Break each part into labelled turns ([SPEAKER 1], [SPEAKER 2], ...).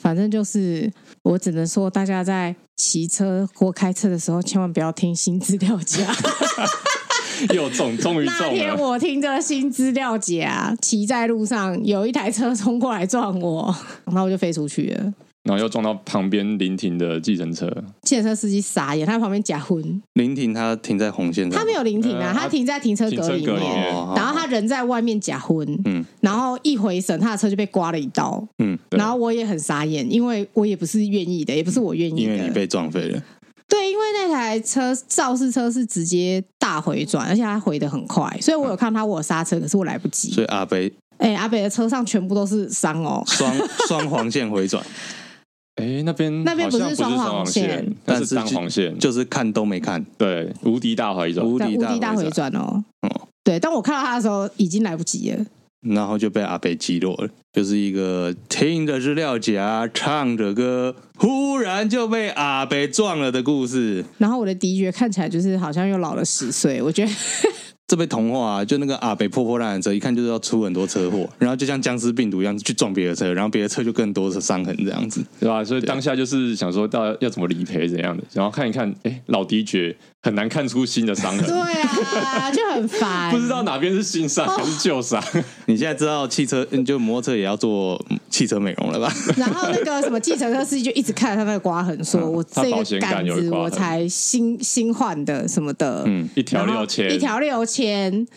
[SPEAKER 1] 反正就是我只能说，大家在骑车或开车的时候，千万不要听新资料夹。
[SPEAKER 2] 又中，终于
[SPEAKER 1] 那
[SPEAKER 2] 中
[SPEAKER 1] 天
[SPEAKER 2] 了。
[SPEAKER 1] 我听这新资料夹，骑在路上有一台车冲过来撞我， 然后我就飞出去了。
[SPEAKER 2] 然后又撞到旁边临停的计程车，
[SPEAKER 1] 计程车司机傻眼，他在旁边假昏，
[SPEAKER 3] 林婷她停在红线上，
[SPEAKER 1] 他没有临停啊，
[SPEAKER 2] 呃
[SPEAKER 1] 他停在停车格里
[SPEAKER 2] 停车格里
[SPEAKER 1] 面
[SPEAKER 2] 面，
[SPEAKER 3] 哦，
[SPEAKER 1] 然后他人在外面假昏，
[SPEAKER 3] 嗯
[SPEAKER 1] 然后一回神，他的车就被刮了一刀，
[SPEAKER 3] 嗯，
[SPEAKER 2] 对
[SPEAKER 1] 然后我也很傻眼，因为我也不是愿意的，也不是我愿意
[SPEAKER 3] 因为你
[SPEAKER 1] 的。
[SPEAKER 3] 被撞飞了，
[SPEAKER 1] 对，因为那台车肇事车是直接大回转，而且他回的很快，所以我有看他我有刹车，可是我来不及。
[SPEAKER 3] 所以阿北
[SPEAKER 1] 哎、阿北的车上全部都是伤哦。
[SPEAKER 3] 双双黄线 回转，
[SPEAKER 2] 哎，那边
[SPEAKER 1] 那边
[SPEAKER 2] 好
[SPEAKER 1] 不
[SPEAKER 2] 像
[SPEAKER 1] 是
[SPEAKER 2] 不是
[SPEAKER 1] 双
[SPEAKER 2] 双
[SPEAKER 1] 黄
[SPEAKER 2] 黄
[SPEAKER 1] 线
[SPEAKER 2] 线，那
[SPEAKER 3] 但
[SPEAKER 2] 是
[SPEAKER 3] 是
[SPEAKER 2] 单
[SPEAKER 3] 就
[SPEAKER 2] 黄线，
[SPEAKER 3] 就是看都没看，
[SPEAKER 2] 对，无敌大回转。
[SPEAKER 3] 无
[SPEAKER 1] 对
[SPEAKER 3] 敌
[SPEAKER 1] 无敌大回
[SPEAKER 3] 回转，
[SPEAKER 1] 转哦。
[SPEAKER 3] 嗯
[SPEAKER 1] 对，但我看到他的时候已经来不及了。
[SPEAKER 3] 然后就被阿北击落了。就是一个听着资料夹，唱着歌，忽然就被阿北撞了的故事。
[SPEAKER 1] 然后我的敌爵看起来就是好像又老了十岁，我觉得
[SPEAKER 3] 这被同化、啊，就那个阿北破破烂烂的车，一看就是要出很多 车祸，然后就像僵尸病毒一样去撞别的车，然后别的车就更多的伤痕这样子。
[SPEAKER 2] 对吧？所以当下就是想说，到底要怎么理赔怎样的，然后看一看，哎，老敌爵很难看出新的伤
[SPEAKER 1] 对
[SPEAKER 2] 痕，
[SPEAKER 1] 啊，就很烦。
[SPEAKER 2] 不知道哪边是新伤还是旧伤。
[SPEAKER 1] 哦
[SPEAKER 3] 你现在知道汽车嗯就摩托车也要做嗯汽车美容了吧？
[SPEAKER 1] 然后那个什么计程车司机就一直看着他那个刮痕，说：“我
[SPEAKER 2] 嗯他
[SPEAKER 1] 这
[SPEAKER 2] 保
[SPEAKER 1] 个
[SPEAKER 2] 险
[SPEAKER 1] 杆
[SPEAKER 2] 杆有
[SPEAKER 1] 子
[SPEAKER 2] 一刮痕
[SPEAKER 1] 我才新新换的什么的，
[SPEAKER 3] 嗯
[SPEAKER 2] 一条
[SPEAKER 1] 然后
[SPEAKER 2] 六千，
[SPEAKER 1] 一条六千。”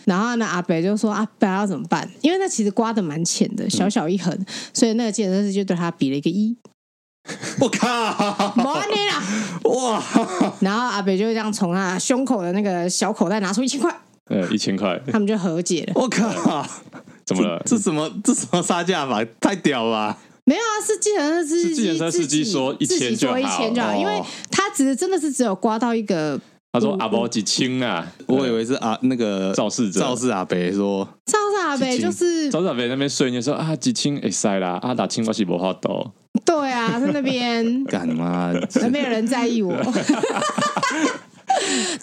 [SPEAKER 1] 然后呢，阿北就说：“阿北要怎么办？因为那其实刮的蛮浅的，小小一横，所以那个计程车司机就对他比了一个一，
[SPEAKER 3] 我靠！
[SPEAKER 1] 没安尼啦。
[SPEAKER 3] 哇，
[SPEAKER 1] 然后阿北就这样从他胸口的那个小口袋拿出一千块，
[SPEAKER 2] 呃，一千块，
[SPEAKER 1] 他们就和解了。
[SPEAKER 3] 我靠！
[SPEAKER 2] 怎么了？
[SPEAKER 3] 这什么这什么杀价法？太屌了吧！
[SPEAKER 1] 没有啊，是计程车司机，
[SPEAKER 2] 是计程车司机说
[SPEAKER 1] 自己
[SPEAKER 2] 1000
[SPEAKER 1] 自己说
[SPEAKER 2] 就
[SPEAKER 1] 一
[SPEAKER 2] 好
[SPEAKER 1] 千就好，因为
[SPEAKER 3] 哦
[SPEAKER 1] 他只是真的是只有刮到一个
[SPEAKER 2] 他说阿伯几轻啊，
[SPEAKER 3] 我以为是啊那个
[SPEAKER 2] 肇事者
[SPEAKER 3] 肇事阿北说，
[SPEAKER 1] 超傻呗，
[SPEAKER 3] 几斤
[SPEAKER 1] 就是
[SPEAKER 2] 早早北那边睡，你说啊几轻哎塞啦，啊打轻我是无法度，
[SPEAKER 1] 对啊，在那 边
[SPEAKER 3] 干嘛？
[SPEAKER 1] 没有人在意我，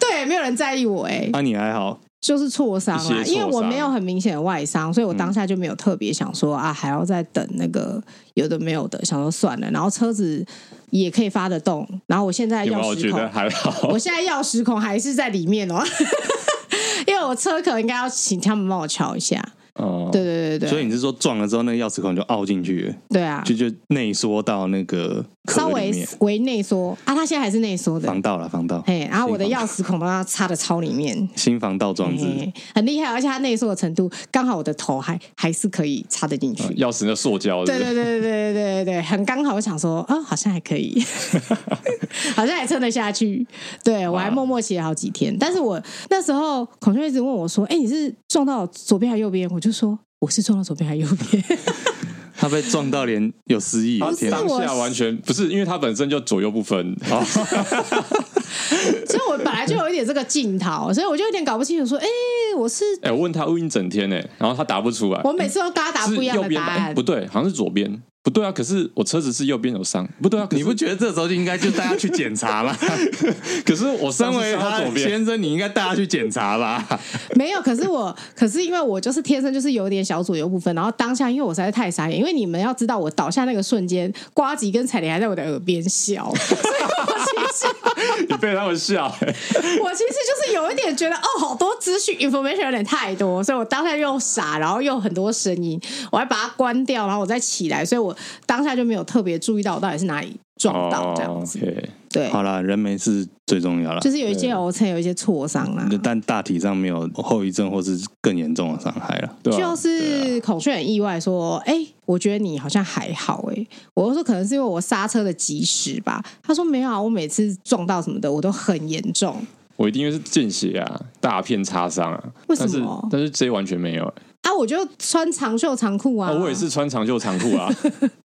[SPEAKER 1] 对，没有人在意我、哎、
[SPEAKER 3] 啊你还好，
[SPEAKER 1] 就是挫伤
[SPEAKER 2] 一些
[SPEAKER 1] 啊，
[SPEAKER 2] 挫伤
[SPEAKER 1] 因为我没有很明显的外伤，所以我当下就没有特别想说、啊，还要再等那个有的没有的，想说算了，然后车子也可以发得动，然后我现在
[SPEAKER 2] 有没有？
[SPEAKER 1] 钥
[SPEAKER 2] 我
[SPEAKER 1] 匙
[SPEAKER 2] 觉得
[SPEAKER 1] 孔，
[SPEAKER 2] 还好
[SPEAKER 1] 我，现在钥匙孔还是在里面哦。 因为我车可能应该要请他们帮我敲一下，
[SPEAKER 2] 哦，
[SPEAKER 1] 对对对
[SPEAKER 3] 所
[SPEAKER 1] 对，
[SPEAKER 3] 以你是说撞了之后那个钥匙孔就凹进去了，
[SPEAKER 1] 对啊，
[SPEAKER 3] 就就内缩到那个壳
[SPEAKER 1] 稍微
[SPEAKER 3] 里面
[SPEAKER 1] 为内缩啊，他现在还是内缩的，
[SPEAKER 3] 防盗了，防盗。
[SPEAKER 1] 嘿，然后我的钥匙孔把它插的超里面，
[SPEAKER 3] 新防盗装
[SPEAKER 2] 嗯
[SPEAKER 3] 置，
[SPEAKER 1] 嘿很厉害，而且它内缩的程度刚好我的头还还是可以插得进去。
[SPEAKER 2] 钥匙那塑胶
[SPEAKER 1] 对
[SPEAKER 2] 的，
[SPEAKER 1] 对对对对对对对，很刚好。我想说，啊、好像还可 以，好像还撑得下去。对我还默默骑了好几天，但是我那时候孔雀一直问我说：“哎、你是撞到左边还是右边？”我就说：“我是撞到左边还是右 边。
[SPEAKER 3] 他被撞到连有失忆，
[SPEAKER 2] 他
[SPEAKER 3] 天哪
[SPEAKER 1] 不
[SPEAKER 2] 当
[SPEAKER 1] 是我
[SPEAKER 2] 下完全不是，因为他本身就左右不 分，哦
[SPEAKER 1] 所以我本来就有一点这个劲头，所以我就有点搞不清楚，说：“哎、我是
[SPEAKER 2] 哎、我问他问一整天呢、然后他答不出来。
[SPEAKER 1] 我每次都跟他答不一样
[SPEAKER 2] 是右
[SPEAKER 1] 的
[SPEAKER 2] 边
[SPEAKER 1] 答
[SPEAKER 2] 吧哎
[SPEAKER 1] 案。
[SPEAKER 2] 不对，好像是左边，不对啊。可是我车子是右边有伤，不对啊。可
[SPEAKER 3] 你
[SPEAKER 2] 是
[SPEAKER 3] 不觉得这时候就应该就带他去检查 吗？
[SPEAKER 2] 可是我
[SPEAKER 3] 身
[SPEAKER 2] 伤
[SPEAKER 3] 为
[SPEAKER 2] 是伤
[SPEAKER 3] 他
[SPEAKER 2] 到左
[SPEAKER 3] 的
[SPEAKER 2] 边，
[SPEAKER 3] 先生，你应该带他去检查吧？
[SPEAKER 1] 没有，可是我，可是因为我就是天生就是有点小左右部分，然后当下因为我实在太傻眼，因为你们要知道我倒下那个瞬间，瓜吉跟彩莲还在我的耳边 笑，所以我其实
[SPEAKER 2] 你被他们笑、哎
[SPEAKER 1] 我其实就是有一点觉得哦，好多资讯 information 有点太多，所以我当下又傻，然后又很多声音，我还把它关掉，然后我再起来，所以我当下就没有特别注意到我到底是哪里撞到这样子，
[SPEAKER 2] 哦，OK
[SPEAKER 1] 对，
[SPEAKER 3] 好啦，人没事最重要了
[SPEAKER 1] 就。是有一些 O C 有一些挫伤啊啦。
[SPEAKER 3] 但大体上没有后遗症或是更严重的伤害了。
[SPEAKER 2] 对
[SPEAKER 1] 就
[SPEAKER 2] 啊、
[SPEAKER 1] 是孔雀很意外说：“哎、我觉得你好像还好哎、我就说：“可能是因为我刹车的及时吧。”他说：“没有啊，我每次撞到什么的，我都很严重。
[SPEAKER 2] 我一定是见血啊，大片擦伤啊。
[SPEAKER 1] 为什
[SPEAKER 2] 但是
[SPEAKER 1] 么
[SPEAKER 2] 但是 J 完全没有、哎
[SPEAKER 1] 啊，我就穿长袖长裤啊。
[SPEAKER 2] 哦我也是穿长袖长 裤啊。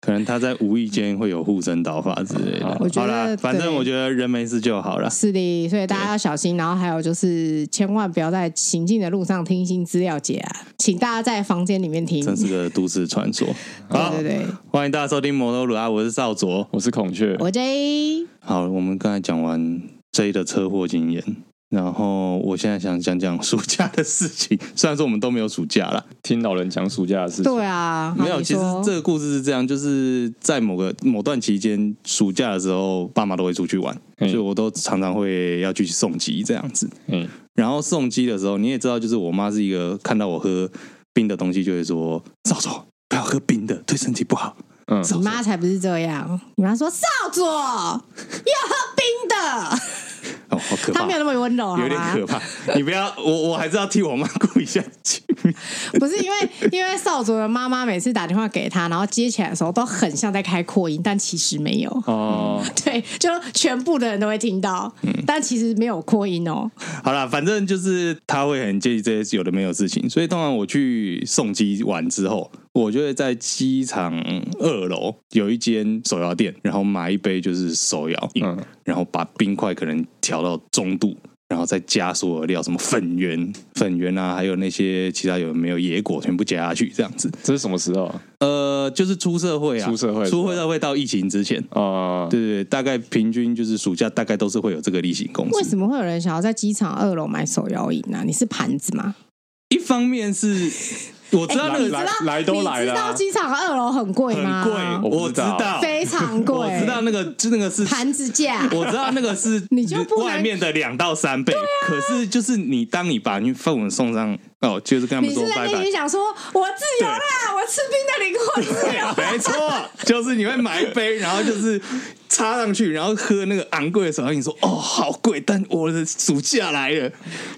[SPEAKER 3] 可能他在无意间会有护身导法之类的。
[SPEAKER 1] 嗯我觉
[SPEAKER 3] 好
[SPEAKER 1] 得
[SPEAKER 3] 啦，反正
[SPEAKER 1] 对
[SPEAKER 3] 我觉得人没事就好了。
[SPEAKER 1] 是的，所以大家要小心。然后还有就是，千万不要在行进的路上听新资料解啊，请大家在房间里面听。
[SPEAKER 3] 真是啊个都市传说。好
[SPEAKER 1] 嗯对对，对，
[SPEAKER 3] 欢迎大家收听《摩托鲁啊，我是少卓。
[SPEAKER 2] 我是孔雀，
[SPEAKER 1] 我 J。
[SPEAKER 3] 好，我们刚才讲完 J 的车祸经验，然后我现在想讲讲 暑假的事情，虽然说我们都没有暑假啦，
[SPEAKER 2] 听老人讲暑假的事情，
[SPEAKER 1] 对啊，好
[SPEAKER 3] 没有。
[SPEAKER 1] 你
[SPEAKER 3] 其实
[SPEAKER 1] 说
[SPEAKER 3] 这个故事是这样，就是在某个某段期间，暑假的时候，爸妈都会出去玩，
[SPEAKER 2] 嗯
[SPEAKER 3] 所以我都常常会要去送机这样子。
[SPEAKER 2] 嗯，
[SPEAKER 3] 然后送机的时候，你也知道，就是我妈是一个看到我喝冰的东西就会说：“少佐，不要喝冰的，对身体不好。”
[SPEAKER 2] 嗯
[SPEAKER 3] 少
[SPEAKER 1] 你
[SPEAKER 3] 佐
[SPEAKER 1] 妈才不是这样，你妈说少佐要喝冰的，
[SPEAKER 3] 哦，好可
[SPEAKER 1] 她
[SPEAKER 3] 怕
[SPEAKER 1] 没，有那么温柔，好
[SPEAKER 3] 有点
[SPEAKER 1] 吗？
[SPEAKER 3] 可怕。你不要，我我还是要替我妈顾一下情。
[SPEAKER 1] 不是因为 因为少佐的妈妈每次打电话给他，然后接起来的时候都很像在开扩音，但其实没有。
[SPEAKER 2] 哦，
[SPEAKER 1] 对，就全部的人都会听到，
[SPEAKER 3] 嗯
[SPEAKER 1] 但其实没有扩音哦。
[SPEAKER 3] 好啦，反正就是他会很介意这些有的没有事情，所以通常我去送机完之后，我就会在机场二楼有一间手摇店，然后买一杯就是手摇饮，
[SPEAKER 2] 嗯
[SPEAKER 3] 然后把冰块可能调到中度。然后再加所有的料，什么粉圆、粉圆啊，还有那些其他有没有野果，全部加下去，这样子。
[SPEAKER 2] 这是什么时候啊？
[SPEAKER 3] 呃，就是出社会啊，
[SPEAKER 2] 出社会
[SPEAKER 3] 出社会到疫情之前，
[SPEAKER 2] 哦，
[SPEAKER 3] 对对对，大概平均就是暑假大概都是会有这个例行公事。
[SPEAKER 1] 为什么会有人想要在机场二楼买手摇饮呢？你是盘子吗？哎
[SPEAKER 3] 一方面是我知道那
[SPEAKER 1] 你
[SPEAKER 3] 个
[SPEAKER 1] 知道
[SPEAKER 2] 来都来
[SPEAKER 1] 你知
[SPEAKER 2] 了
[SPEAKER 1] 道
[SPEAKER 2] 啊
[SPEAKER 1] 机场二楼很贵
[SPEAKER 3] 很
[SPEAKER 1] 吗？
[SPEAKER 3] 贵，
[SPEAKER 2] 我不
[SPEAKER 3] 我知
[SPEAKER 2] 知道
[SPEAKER 3] 道，
[SPEAKER 1] 非常贵。
[SPEAKER 3] 我知道那个就那个是，
[SPEAKER 1] 盘子价，
[SPEAKER 3] 我知道那个是
[SPEAKER 1] 你就不能啊
[SPEAKER 3] 外面的两到三倍，可是就是你当你把你父母送上哦，就是跟他们
[SPEAKER 1] 你
[SPEAKER 3] 说
[SPEAKER 1] 是在
[SPEAKER 3] 拜
[SPEAKER 1] 内
[SPEAKER 3] 拜
[SPEAKER 1] 心。想说我自由啦，我吃冰的灵魂自由。
[SPEAKER 3] 没错，就是你会买一杯，然后就是插上去，然后喝那个昂贵的手摇饮，你说哦好贵，但我的暑假来了。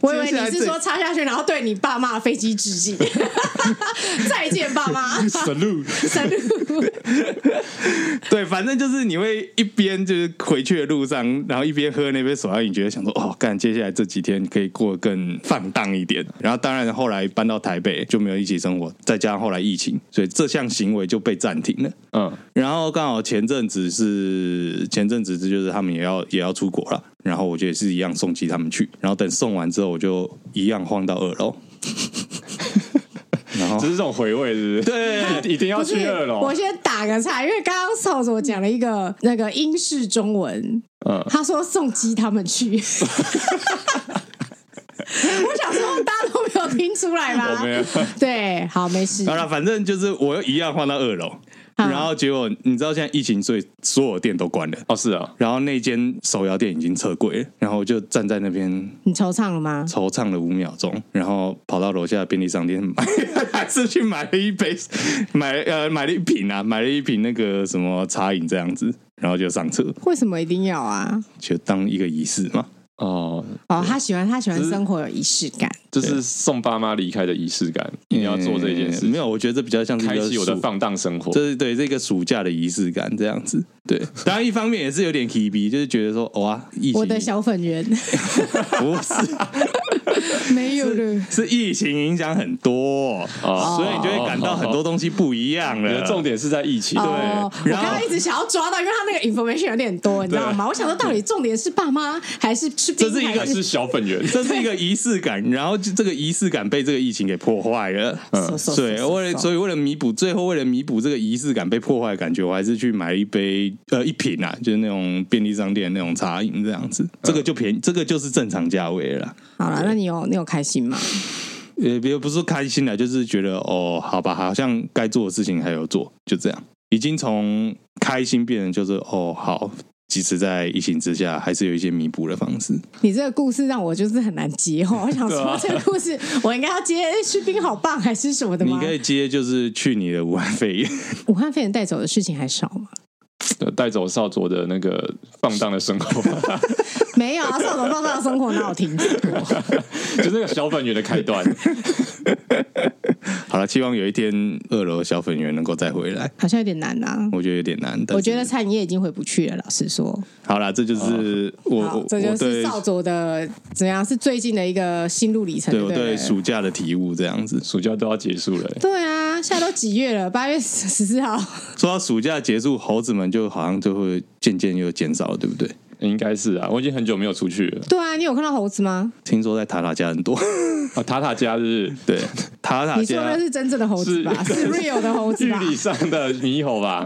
[SPEAKER 1] 我以为
[SPEAKER 3] 接下来
[SPEAKER 1] 你是
[SPEAKER 3] 这
[SPEAKER 1] 说插下去，然后对你爸妈的飞机致 敬，再见爸妈，
[SPEAKER 2] ，salute，
[SPEAKER 1] 生日
[SPEAKER 3] 对，反正就是你会一边就是回去的路上，然后一边喝那杯手摇饮，觉得想说哦，干接下来这几天可以过得更放荡一点。然后当然后来搬到台北就没有一起生活，再加上后来疫情，所以这项行为就被暂停了。
[SPEAKER 2] 嗯
[SPEAKER 3] 然后刚好前阵子是前阵子就是他们也要也要出国了，然后我就也是一样送机他们去，然后等送完之后我就一样晃到二楼， 然后
[SPEAKER 2] 只是这种回味，是不是？
[SPEAKER 3] 对
[SPEAKER 2] 一定要
[SPEAKER 1] 不是
[SPEAKER 2] 去二楼
[SPEAKER 1] 我，先打个岔，因为刚刚少佐讲了一个那个英式中文，
[SPEAKER 2] 嗯，
[SPEAKER 1] 他说送鸡他们 去。我想说，大家都没有听出来
[SPEAKER 2] 我
[SPEAKER 1] 吧
[SPEAKER 2] 没？有，
[SPEAKER 1] 对，好，没事
[SPEAKER 3] 好。了，反正就是我又一样换到二楼，
[SPEAKER 1] 啊
[SPEAKER 3] 然后结果你知道现在疫情，所以所有店都关了。
[SPEAKER 2] 哦，是啊，
[SPEAKER 3] 然后那间手摇店已经撤柜了，然后我就站在那边
[SPEAKER 1] 你惆怅了吗？
[SPEAKER 3] 惆怅了五秒钟，然后跑到楼下的便利商店买，还是去买了一杯， 买了呃买了一瓶啊，买了一瓶那个什么茶饮这样子，然后就上车，
[SPEAKER 1] 为什么一定要啊？
[SPEAKER 3] 就当一个仪式嘛。
[SPEAKER 2] 哦，
[SPEAKER 1] 哦，他喜欢他喜欢生活有仪式感。
[SPEAKER 2] 就是送爸妈离开的仪式感，一定要做这件事
[SPEAKER 3] 嗯没，有，我觉得这比较像是一个
[SPEAKER 2] 开启我的
[SPEAKER 3] 暑
[SPEAKER 2] 放荡生活。啊
[SPEAKER 3] 这是对这个暑假的仪式感这样子。对，当然一方面也是有点 K B，就是觉得说哇，疫情
[SPEAKER 1] 我的小粉圆
[SPEAKER 3] 不是
[SPEAKER 1] 没有了。
[SPEAKER 3] 是疫情影响很多，
[SPEAKER 2] 哦
[SPEAKER 3] 所以你就会感到很多东西不一样
[SPEAKER 2] 你
[SPEAKER 3] 了。
[SPEAKER 2] 的重点是在疫情，
[SPEAKER 1] 哦，我
[SPEAKER 3] 然
[SPEAKER 1] 刚
[SPEAKER 3] 后
[SPEAKER 1] 刚一直想要抓到，因为他那个 information 有点多，你知道吗？我想说，到底重点是爸妈还是吃冰
[SPEAKER 3] 这是一个
[SPEAKER 1] 还
[SPEAKER 2] 还是小本源，
[SPEAKER 3] 这是一个仪式感，然后就这个仪式感被这个疫情给破坏了。
[SPEAKER 1] 嗖嗖嗖
[SPEAKER 3] 对，
[SPEAKER 1] 嗖嗖
[SPEAKER 3] 为了所以为了弥补，最后为了弥补这个仪式感被破坏的感觉，我还是去买了一杯呃一瓶啊，就是那种便利商店那种茶饮这样子，这个就便宜，这个就是正常价位了啦。
[SPEAKER 1] 好了，那你有你有开心吗？
[SPEAKER 3] 也也不是说开心啦，啊就是觉得哦，好吧，好像该做的事情还有做，就这样，已经从开心变成就是哦，好，即使在疫情之下，还是有一些弥补的方式。
[SPEAKER 1] 你这个故事让我就是很难接 哦。我想说，这个故事我应该要接哎吃冰好棒还是什么的
[SPEAKER 3] 你
[SPEAKER 1] 吗？
[SPEAKER 3] 可以接就是去你的武汉肺炎，
[SPEAKER 1] 武汉肺炎带走的事情还少吗？
[SPEAKER 2] 对带走少佐的那个放荡的生活，
[SPEAKER 1] 没有啊，少佐放荡的生活哪有停止过？
[SPEAKER 2] 就那个小本源的开端。
[SPEAKER 3] 好了，希望有一天二楼小粉圆能够再回来，
[SPEAKER 1] 好像有点难啊。
[SPEAKER 3] 我觉得有点难。但是
[SPEAKER 1] 我觉得餐饮业已经回不去了，老实说。
[SPEAKER 3] 好啦，这就是我、
[SPEAKER 1] 哦好
[SPEAKER 3] 我，
[SPEAKER 1] 这就
[SPEAKER 3] 我
[SPEAKER 1] 是
[SPEAKER 3] 对
[SPEAKER 1] 少佐的怎么样？是最近的一个心路里程，
[SPEAKER 3] 对
[SPEAKER 1] 不
[SPEAKER 3] 我对暑假的体悟这样子。
[SPEAKER 2] 暑假都要结束了、欸，
[SPEAKER 1] 对啊，现在都几月了？八月 十四号。
[SPEAKER 3] 说到暑假结束，猴子们就好像就会渐渐又减少了，对不对？
[SPEAKER 2] 应该是啊，我已经很久没有出去了
[SPEAKER 1] 对啊，你有看到猴子吗？
[SPEAKER 3] 听说在塔塔家很多，
[SPEAKER 2] 啊。塔塔家日
[SPEAKER 3] 对，塔塔
[SPEAKER 1] 你说
[SPEAKER 3] 家
[SPEAKER 1] 的。是真正的猴子吧？
[SPEAKER 2] 是
[SPEAKER 1] 是 real 的猴子
[SPEAKER 2] 剧
[SPEAKER 1] 吧？
[SPEAKER 2] 里上的猕猴吧，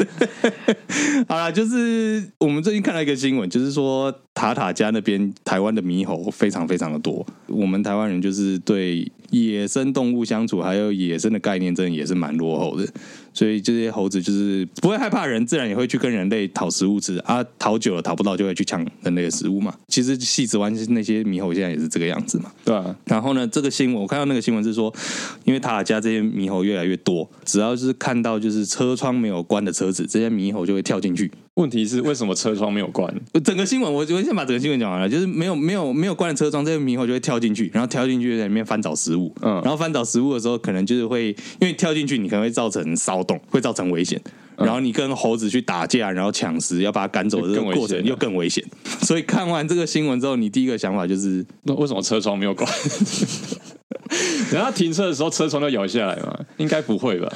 [SPEAKER 3] 好啦，就是我们最近看到一个新闻，就是说塔塔家那边台湾的猕猴非常非常的多。我们台湾人就是对野生动物相处还有野生的概念，真的也是蛮落后的。所以这些猴子就是不会害怕人，自然也会去跟人类讨食物吃啊。讨久了讨不到，就会去抢人类的食物嘛。其实戏子湾那些猕猴现在也是这个样子嘛。
[SPEAKER 2] 对啊，
[SPEAKER 3] 然后呢，这个新闻我看到那个新闻是说，因为塔塔家这些猕猴越来越多，只要是看到就是车窗没有关的车子，这些猕猴就会跳进去。
[SPEAKER 2] 问题是为什么车窗没有关？
[SPEAKER 3] 整个新闻，我我先把整个新闻讲完了，就是没有没有没有关的车窗，这些猕猴就会跳进去，然后跳进去在里面翻找食物，
[SPEAKER 2] 嗯
[SPEAKER 3] 然后翻找食物的时候，可能就是会因为跳进去，你可能会造成骚动，会造成危险。
[SPEAKER 2] 嗯
[SPEAKER 3] 然后你跟猴子去打架，然后抢食，要把它赶走的这
[SPEAKER 2] 更
[SPEAKER 3] 个
[SPEAKER 2] 危险
[SPEAKER 3] 过程
[SPEAKER 2] 了
[SPEAKER 3] 又更危险。所以看完这个新闻之后，你第一个想法就是，
[SPEAKER 2] 那为什么车窗没有关？ 然后停车的时候车窗都摇下来嘛？应该不会吧？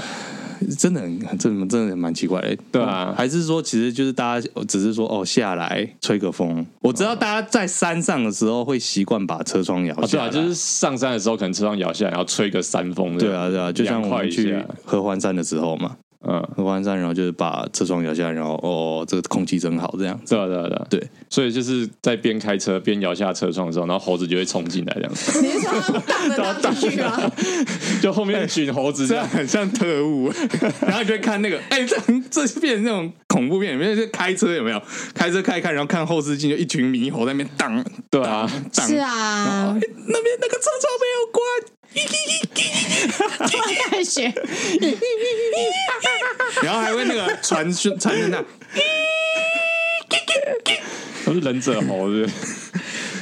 [SPEAKER 3] 真的很真的真的蛮奇怪的，
[SPEAKER 2] 对啊
[SPEAKER 3] 还是说其实就是大家只是说哦下来吹个风？我知道大家在山上的时候会习惯把车窗摇
[SPEAKER 2] 啊，对
[SPEAKER 3] 下来，
[SPEAKER 2] 啊，就是上山的时候可能车窗摇下来，然后吹个山风这
[SPEAKER 3] 对
[SPEAKER 2] 样，
[SPEAKER 3] 啊，对啊，就像
[SPEAKER 2] 凉
[SPEAKER 3] 我
[SPEAKER 2] 快
[SPEAKER 3] 们
[SPEAKER 2] 一
[SPEAKER 3] 去
[SPEAKER 2] 下，
[SPEAKER 3] 合欢山的时候嘛，
[SPEAKER 2] 嗯，
[SPEAKER 3] 合欢山，然后就是把车窗摇下来，然后哦，这个空气真好，这样子。
[SPEAKER 2] 对啊，对啊，对啊，
[SPEAKER 3] 对，
[SPEAKER 2] 所以就是在边开车边摇下车窗的时候，然后猴子就会冲进来，这样子，
[SPEAKER 1] 你是说它荡着荡进去 吗？
[SPEAKER 2] 就后
[SPEAKER 3] 哎
[SPEAKER 2] 面一群猴子这
[SPEAKER 3] 这
[SPEAKER 2] 样
[SPEAKER 3] 样。很像特务， 然后你就会看那个，哎、这这是变成那种恐怖片，里面就是开车有没有？开车开一开，然后看后视镜，就一群猕猴在那边荡
[SPEAKER 2] 对啊，
[SPEAKER 3] 荡，
[SPEAKER 1] 是
[SPEAKER 3] 然后
[SPEAKER 1] 啊
[SPEAKER 3] 哎，那边那个车窗没有关，
[SPEAKER 1] 我在 学。
[SPEAKER 3] 然后还会那个传讯传声弹，
[SPEAKER 2] 都是忍者猴 子，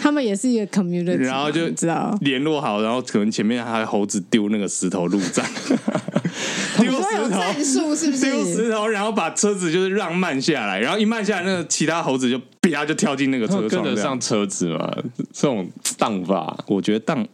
[SPEAKER 1] 他们也是一个 community，
[SPEAKER 3] 然后就
[SPEAKER 1] 你知道。
[SPEAKER 3] 联络好，然后可能前面还有猴子丢那个石头路 障，丢
[SPEAKER 1] 哦你说有
[SPEAKER 3] 石头。
[SPEAKER 1] 战术是不
[SPEAKER 3] 丢
[SPEAKER 1] 是？
[SPEAKER 3] 石头，然后把车子就是让慢下来，然后一慢下来，那个其他猴子就啪就跳进那个
[SPEAKER 2] 他
[SPEAKER 3] 车
[SPEAKER 2] 们跟得
[SPEAKER 3] 窗这样。
[SPEAKER 2] 上车子嘛？这种荡法
[SPEAKER 3] 我觉得当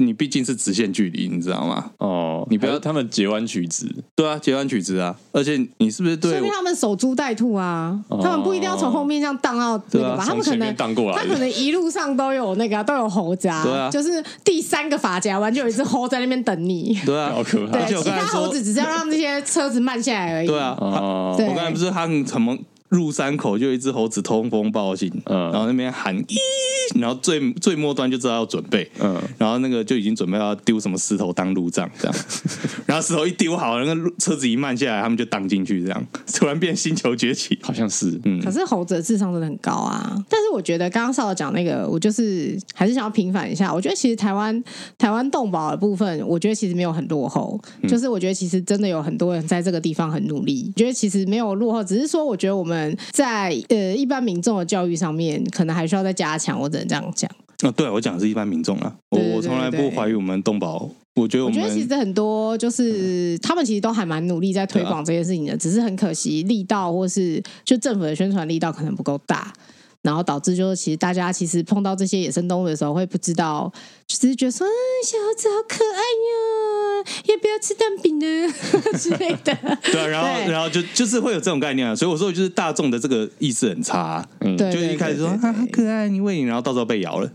[SPEAKER 3] 你毕竟是直线距离，你知道吗？
[SPEAKER 2] 哦，
[SPEAKER 3] 你不要
[SPEAKER 2] 还是他们截弯曲直，
[SPEAKER 3] 对啊，截弯取直啊，而且你是不是
[SPEAKER 1] 说
[SPEAKER 3] 对
[SPEAKER 1] 明
[SPEAKER 3] 我？
[SPEAKER 1] 他们守株待兔啊，他们不一定要从后面这样荡到那
[SPEAKER 3] 对
[SPEAKER 1] 个
[SPEAKER 3] 啊
[SPEAKER 1] 吧？他
[SPEAKER 2] 从
[SPEAKER 1] 们可
[SPEAKER 2] 前
[SPEAKER 1] 能
[SPEAKER 2] 面荡过来
[SPEAKER 1] 他可
[SPEAKER 2] 的，
[SPEAKER 1] 能一路上都有那个啊、都有猴子啊，
[SPEAKER 3] 对啊
[SPEAKER 1] 就是第三个发夹弯就有一只猴在那边等你。
[SPEAKER 3] 对啊，
[SPEAKER 2] 好可怕
[SPEAKER 3] 而
[SPEAKER 1] 对，
[SPEAKER 3] 且我
[SPEAKER 1] 其
[SPEAKER 3] 刚才
[SPEAKER 1] 他
[SPEAKER 3] 说
[SPEAKER 1] 猴，子只是要让那些车子慢下来而已。
[SPEAKER 3] 对，啊，
[SPEAKER 2] 哦，
[SPEAKER 1] 对
[SPEAKER 3] 我刚才不是他们什么入山口就有一只猴子通风报信，
[SPEAKER 2] 嗯
[SPEAKER 3] 然后那边喊咦，然后最最末端就知道要准备，
[SPEAKER 2] 嗯
[SPEAKER 3] 然后那个就已经准备要丢什么石头当路障 这样，然后石头一丢好，那个路车子一慢下来，他们就荡进去这样， 突然变星球崛起。
[SPEAKER 2] 好像是，
[SPEAKER 3] 嗯
[SPEAKER 1] 可是猴子的智商真的很高啊。但是我觉得刚刚少讲那个，我就是还是想要平反一下。我觉得其实台湾台湾动保的部分，我觉得其实没有很落后，就是我觉得其实真的有很多人在这个地方很努力。觉得其实没有落后，只是说我觉得我们在呃一般民众的教育上面，可能还需要再加强。我只能这样讲。
[SPEAKER 3] 啊，对我讲的是一般民众啊，我
[SPEAKER 1] 对对
[SPEAKER 3] 我从来
[SPEAKER 1] 对
[SPEAKER 3] 不
[SPEAKER 1] 对
[SPEAKER 3] 怀疑我们动保，我觉得我
[SPEAKER 1] 我
[SPEAKER 3] 们嗯
[SPEAKER 1] 觉得其实很多就是他们其实都还蛮努力在推
[SPEAKER 3] 啊
[SPEAKER 1] 广这件事情的，只是很可惜力道或是就政府的宣传力道可能不够大，然后导致就是其实大家其实碰到这些野生动物的时候会不知道，就只是觉得说、嗯、小猴子好可爱呀，要不要吃蛋饼呢 之类的。
[SPEAKER 3] 对啊，然后
[SPEAKER 1] 对
[SPEAKER 3] 然后就就是会有这种概念啊，所以我说就是大众的这个意识很差啊、
[SPEAKER 2] 嗯，
[SPEAKER 1] 对，
[SPEAKER 3] 就是一开始说
[SPEAKER 1] 对
[SPEAKER 3] 啊
[SPEAKER 1] 对对
[SPEAKER 3] 好可爱，你喂你，然后到时候被咬了，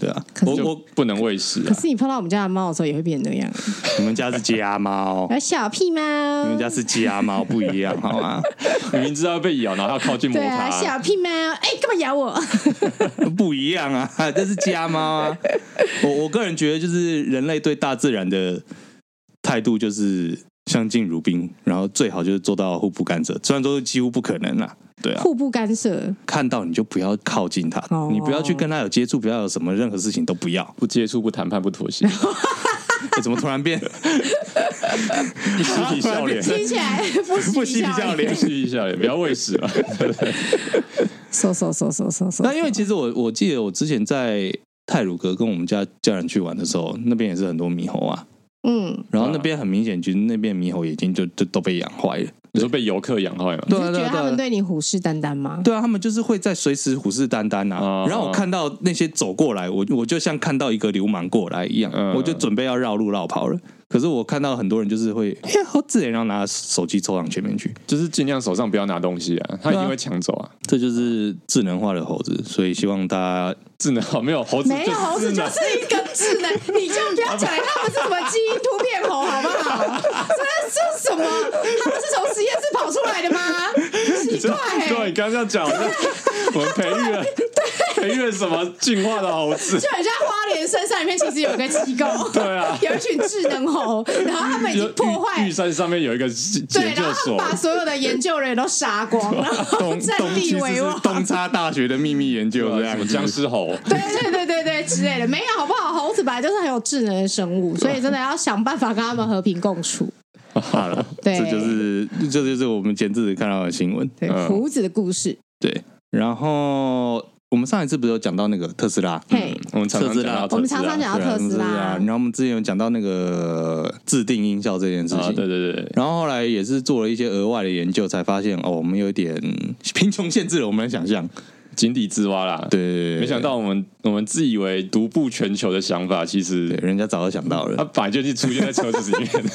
[SPEAKER 3] 对啊，
[SPEAKER 1] 可
[SPEAKER 3] 我
[SPEAKER 1] 是
[SPEAKER 2] 就
[SPEAKER 3] 我
[SPEAKER 2] 不能喂食
[SPEAKER 1] 可
[SPEAKER 2] 啊，
[SPEAKER 1] 是你碰到我们家的猫的时候也会变成 那样，
[SPEAKER 3] 你们家是家 猫，
[SPEAKER 1] 而小屁猫，
[SPEAKER 3] 你们家是家猫不一样好吗？
[SPEAKER 2] 你明知道被咬，然后要靠近摸
[SPEAKER 1] 对啊，
[SPEAKER 2] 它，
[SPEAKER 1] 小屁猫，哎、干嘛咬我？
[SPEAKER 3] 不一样啊， 这是家猫啊。我我个人觉得，就是人类对大自然的态度就是相敬如宾，然后最好就是做到互不干涉，虽然说几乎不可能啦。对啊，
[SPEAKER 1] 互不干涉，
[SPEAKER 3] 看到你就不要靠近它，
[SPEAKER 1] 哦
[SPEAKER 3] 你不要去跟它有接触，不要有什么任何事情都不 要。
[SPEAKER 2] 不接触、不谈判、不妥协，
[SPEAKER 3] 欸怎么突然变？
[SPEAKER 2] 不嬉皮笑 脸，
[SPEAKER 1] 听起来不
[SPEAKER 3] 不
[SPEAKER 1] 惜
[SPEAKER 3] 嬉皮笑脸
[SPEAKER 2] 不嬉皮笑脸，不要喂食啊，
[SPEAKER 1] 收收收收收收。
[SPEAKER 3] 那因为其实我我记得我之前在泰鲁阁跟我们家家人去玩的时候，那边也是很多猕猴啊，
[SPEAKER 1] 嗯，
[SPEAKER 3] 然后那边很明显就是那边猕猴已经就就都被养坏了。
[SPEAKER 2] 你说被游客养坏吗？
[SPEAKER 1] 你
[SPEAKER 3] 对
[SPEAKER 1] 是
[SPEAKER 3] 啊
[SPEAKER 1] 觉
[SPEAKER 3] 对
[SPEAKER 1] 得
[SPEAKER 3] 啊
[SPEAKER 1] 他
[SPEAKER 3] 对
[SPEAKER 1] 们
[SPEAKER 3] 啊。
[SPEAKER 1] 对你虎视眈眈吗？
[SPEAKER 3] 对啊，他们就是会在随时虎视眈眈啊。
[SPEAKER 2] 哦
[SPEAKER 3] 然后我看到那些走过来，我我就像看到一个流氓过来一样，
[SPEAKER 2] 嗯
[SPEAKER 3] 我就准备要绕路绕跑了。可是我看到很多人就是会，哎、好自然，然后拿手机抽上前面去，
[SPEAKER 2] 就是尽量手上不要拿东西啊，他一定会抢走啊。
[SPEAKER 3] 这就是智能化的猴子。所以希望大家
[SPEAKER 2] 智能好没有猴子，
[SPEAKER 1] 没有猴子就是一个智 能，你就不要讲了它不是什么基因突变猴，好不好？这是什么？它不是从实验室跑出来的吗？奇怪、
[SPEAKER 2] 对，
[SPEAKER 1] 欸，
[SPEAKER 2] 你刚刚这样讲，好像 我们培育了培育了什么进化的猴子？
[SPEAKER 1] 就很像花莲深山里面其实有一个机构，
[SPEAKER 2] 对啊
[SPEAKER 1] 有一群智能猴，然后他们已
[SPEAKER 2] 就
[SPEAKER 1] 经破
[SPEAKER 2] 玉
[SPEAKER 1] 坏
[SPEAKER 2] 玉。山上面有一个
[SPEAKER 1] 对，
[SPEAKER 2] 研
[SPEAKER 1] 然
[SPEAKER 2] 究
[SPEAKER 1] 后他们
[SPEAKER 2] 所，
[SPEAKER 1] 把所有的研究人员都杀 光，然后
[SPEAKER 3] 东
[SPEAKER 1] 占
[SPEAKER 3] 东
[SPEAKER 1] 地
[SPEAKER 3] 其实
[SPEAKER 1] 为
[SPEAKER 3] 是
[SPEAKER 1] 王。
[SPEAKER 3] 东差大学的秘密研究这
[SPEAKER 2] 对啊 什
[SPEAKER 3] 样子
[SPEAKER 2] 么僵尸猴，
[SPEAKER 1] 对对对对对之类的，没有好不好？猴子本来就是很有智能的生物，所以真的要想办法跟他们和平共处。
[SPEAKER 3] 好了，
[SPEAKER 1] 对
[SPEAKER 3] 这就是这就是我们前阵子看到的新闻。
[SPEAKER 1] 对，
[SPEAKER 2] 嗯
[SPEAKER 1] 胡子的故事，
[SPEAKER 3] 对，然后我们上一次不是有讲到那个特斯拉？嗯
[SPEAKER 1] 嘿，
[SPEAKER 2] 我们常常讲到
[SPEAKER 1] 我
[SPEAKER 2] 特
[SPEAKER 1] 们
[SPEAKER 2] 斯拉
[SPEAKER 1] 常常讲
[SPEAKER 3] 对
[SPEAKER 1] 到
[SPEAKER 3] 啊
[SPEAKER 1] 特斯拉
[SPEAKER 3] 然，后我们之前有讲到那个制定音效这件事
[SPEAKER 2] 啊，
[SPEAKER 3] 情。
[SPEAKER 2] 对对对，
[SPEAKER 3] 然后后来也是做了一些额外的研究，才发现哦，我们有一点 贫穷限制了我们的想象。
[SPEAKER 2] 井底之蛙啦。
[SPEAKER 3] 对对对，
[SPEAKER 2] 没想到我们我们自以为独步全球的想法，其
[SPEAKER 3] 对，
[SPEAKER 2] 实
[SPEAKER 3] 人家早就想到
[SPEAKER 2] 它
[SPEAKER 3] 了。
[SPEAKER 2] 本来就是出现在车子里 面的。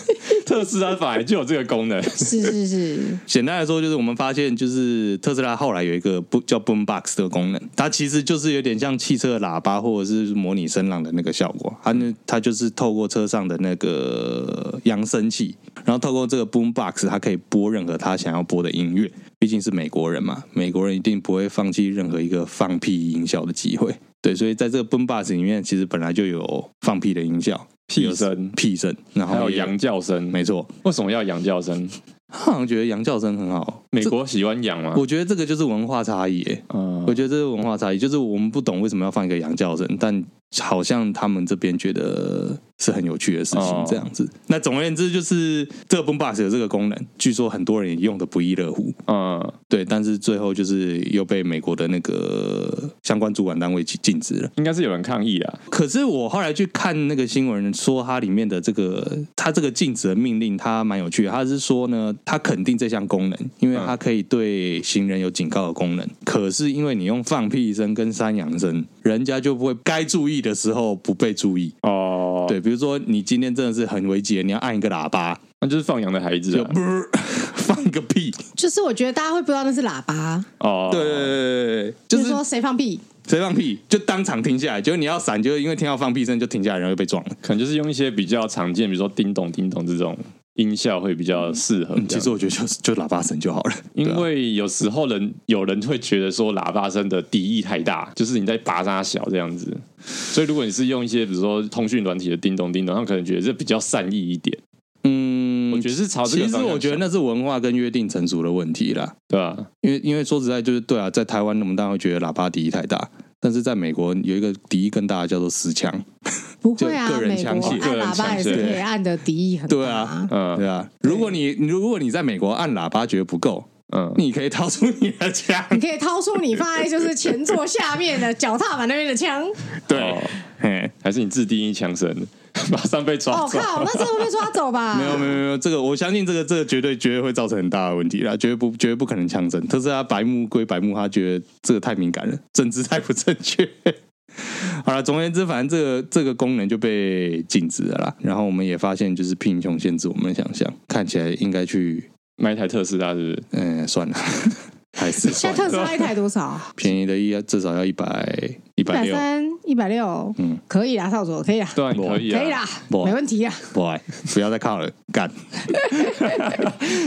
[SPEAKER 2] 特斯拉本来就有这个功能，
[SPEAKER 1] 是是是，
[SPEAKER 3] 简单来说，就是我们发现，就是特斯拉后来有一个不叫 boom box 的功能，它其实就是有点像汽车的喇叭或者是模拟声浪的那个效果。它那它就是透过车上的那个扬声器，然后透过这个 boom box，它可以播任何它想要播的音乐。毕竟是美国人嘛，美国人一定不会放弃任何一个放屁音效的机会。对，所以在这个 boom box 里面，其实本来就有放屁的音效、
[SPEAKER 2] 屁声
[SPEAKER 3] 屁声，然后
[SPEAKER 2] 还有
[SPEAKER 3] 也
[SPEAKER 2] 羊，叫声。
[SPEAKER 3] 没错。
[SPEAKER 2] 为什么要羊叫声？
[SPEAKER 3] 他好像觉得羊叫声很好，
[SPEAKER 2] 美
[SPEAKER 3] 这
[SPEAKER 2] 国喜欢羊吗？
[SPEAKER 3] 我觉得这个就是文化差异、欸，
[SPEAKER 2] 嗯
[SPEAKER 3] 我觉得这是文化差异，就是我们不懂为什么要放一个羊叫声，但好像他们这边觉得是很有趣的事情
[SPEAKER 2] 哦，
[SPEAKER 3] 这样子。那总而言之，就是这个 boombox 有这个功能，据说很多人也用的不亦乐乎。
[SPEAKER 2] 嗯，
[SPEAKER 3] 对，但是最后就是又被美国的那个相关主管单位禁禁止了。
[SPEAKER 2] 应该是有人抗议啊。
[SPEAKER 3] 可是我后来去看那个新闻，说它里面的这个它这个禁止的命令，它蛮有趣的。它是说呢，它肯定这项功能，因为它可以对行人有警告的功能。可是因为你用放屁声跟山羊声，人家就不会该注意的时候不被注意。
[SPEAKER 2] 哦，，
[SPEAKER 3] 对，比如说你今天真的是很危急，你要按一个喇叭，
[SPEAKER 2] 那就是放羊的孩子
[SPEAKER 3] 就
[SPEAKER 2] 啊。
[SPEAKER 3] 啵 放一个屁。
[SPEAKER 1] 就是我觉得大家会不知道那是喇叭，啊
[SPEAKER 2] 哦，
[SPEAKER 3] 对对对对对，
[SPEAKER 1] 就
[SPEAKER 3] 就是
[SPEAKER 1] 是说谁放屁，
[SPEAKER 3] 谁放屁就当场停下来，就是你要闪，就是因为听到放屁声就停下来，然后就被撞了。
[SPEAKER 2] 可能就是用一些比较常见，比如说叮咚叮咚这种音效会比较适合。
[SPEAKER 3] 嗯，其实我觉得就就喇叭声就好了，
[SPEAKER 2] 因
[SPEAKER 3] 对啊
[SPEAKER 2] 为有时候人有人会觉得说喇叭声的敌意太大，就是你在拔它小这样子。所以如果你是用一些比如说通讯软体的叮咚叮咚，他们可能觉得这比较善意一点。
[SPEAKER 3] 嗯，
[SPEAKER 2] 我觉得是朝这
[SPEAKER 3] 其
[SPEAKER 2] 个
[SPEAKER 3] 实
[SPEAKER 2] 方向想。
[SPEAKER 3] 我觉得那是文化跟约定成熟的问题啦。
[SPEAKER 2] 对啊吧？
[SPEAKER 3] 因为因为说实在就是对啊，在台湾我们当然会觉得喇叭敌意太大，但是在美国有一个敌意更大的叫做私枪，
[SPEAKER 1] 不会啊，
[SPEAKER 3] 就个人
[SPEAKER 1] 美国
[SPEAKER 3] 强
[SPEAKER 1] 按
[SPEAKER 3] 势
[SPEAKER 2] 个人
[SPEAKER 1] 喇叭
[SPEAKER 2] 强
[SPEAKER 1] 也
[SPEAKER 2] 势
[SPEAKER 1] 是可以按的，敌意很
[SPEAKER 3] 对啊
[SPEAKER 1] 大。
[SPEAKER 2] 嗯
[SPEAKER 3] 对啊。如果你如果你在美国按喇叭觉得不够，
[SPEAKER 2] 嗯，
[SPEAKER 3] 你可以掏出你的 枪，
[SPEAKER 1] 你可以掏出你放在就是前座下面的脚踏板那边的 枪，
[SPEAKER 2] 哦
[SPEAKER 3] 对，嘿，
[SPEAKER 2] 还是你自定义枪声， 马上被抓
[SPEAKER 1] 哦
[SPEAKER 2] 走。
[SPEAKER 1] 靠，那真的会被抓走吧？
[SPEAKER 3] 没有没有没有，这个我相信这个这个绝对绝对会造成很大的问题啦，绝对不绝对不可能强征。特斯拉白目归白目，他觉得这个太敏感了，政治太不正确。 好了，总而言之，反正这个这个功能就被禁止了啦。然后我们也发现，就是贫穷限制我们的想象，看起来应该去，
[SPEAKER 2] 买一台特斯拉是不是？
[SPEAKER 3] 嗯、算了，还是
[SPEAKER 1] 现
[SPEAKER 3] 算
[SPEAKER 1] 在特
[SPEAKER 3] 了。
[SPEAKER 1] 斯拉一台多少？
[SPEAKER 3] 便宜的一至少要一百一
[SPEAKER 1] 一
[SPEAKER 3] 百
[SPEAKER 1] 百
[SPEAKER 3] 六，
[SPEAKER 1] 三、一百六，
[SPEAKER 3] 嗯
[SPEAKER 1] 可以啦，少佐，可以啦，
[SPEAKER 2] 对啊，你可以
[SPEAKER 1] 可以
[SPEAKER 2] 啊。
[SPEAKER 1] 啦，
[SPEAKER 3] 不
[SPEAKER 1] 没问题啦，
[SPEAKER 3] 不爱，不要再靠了，干。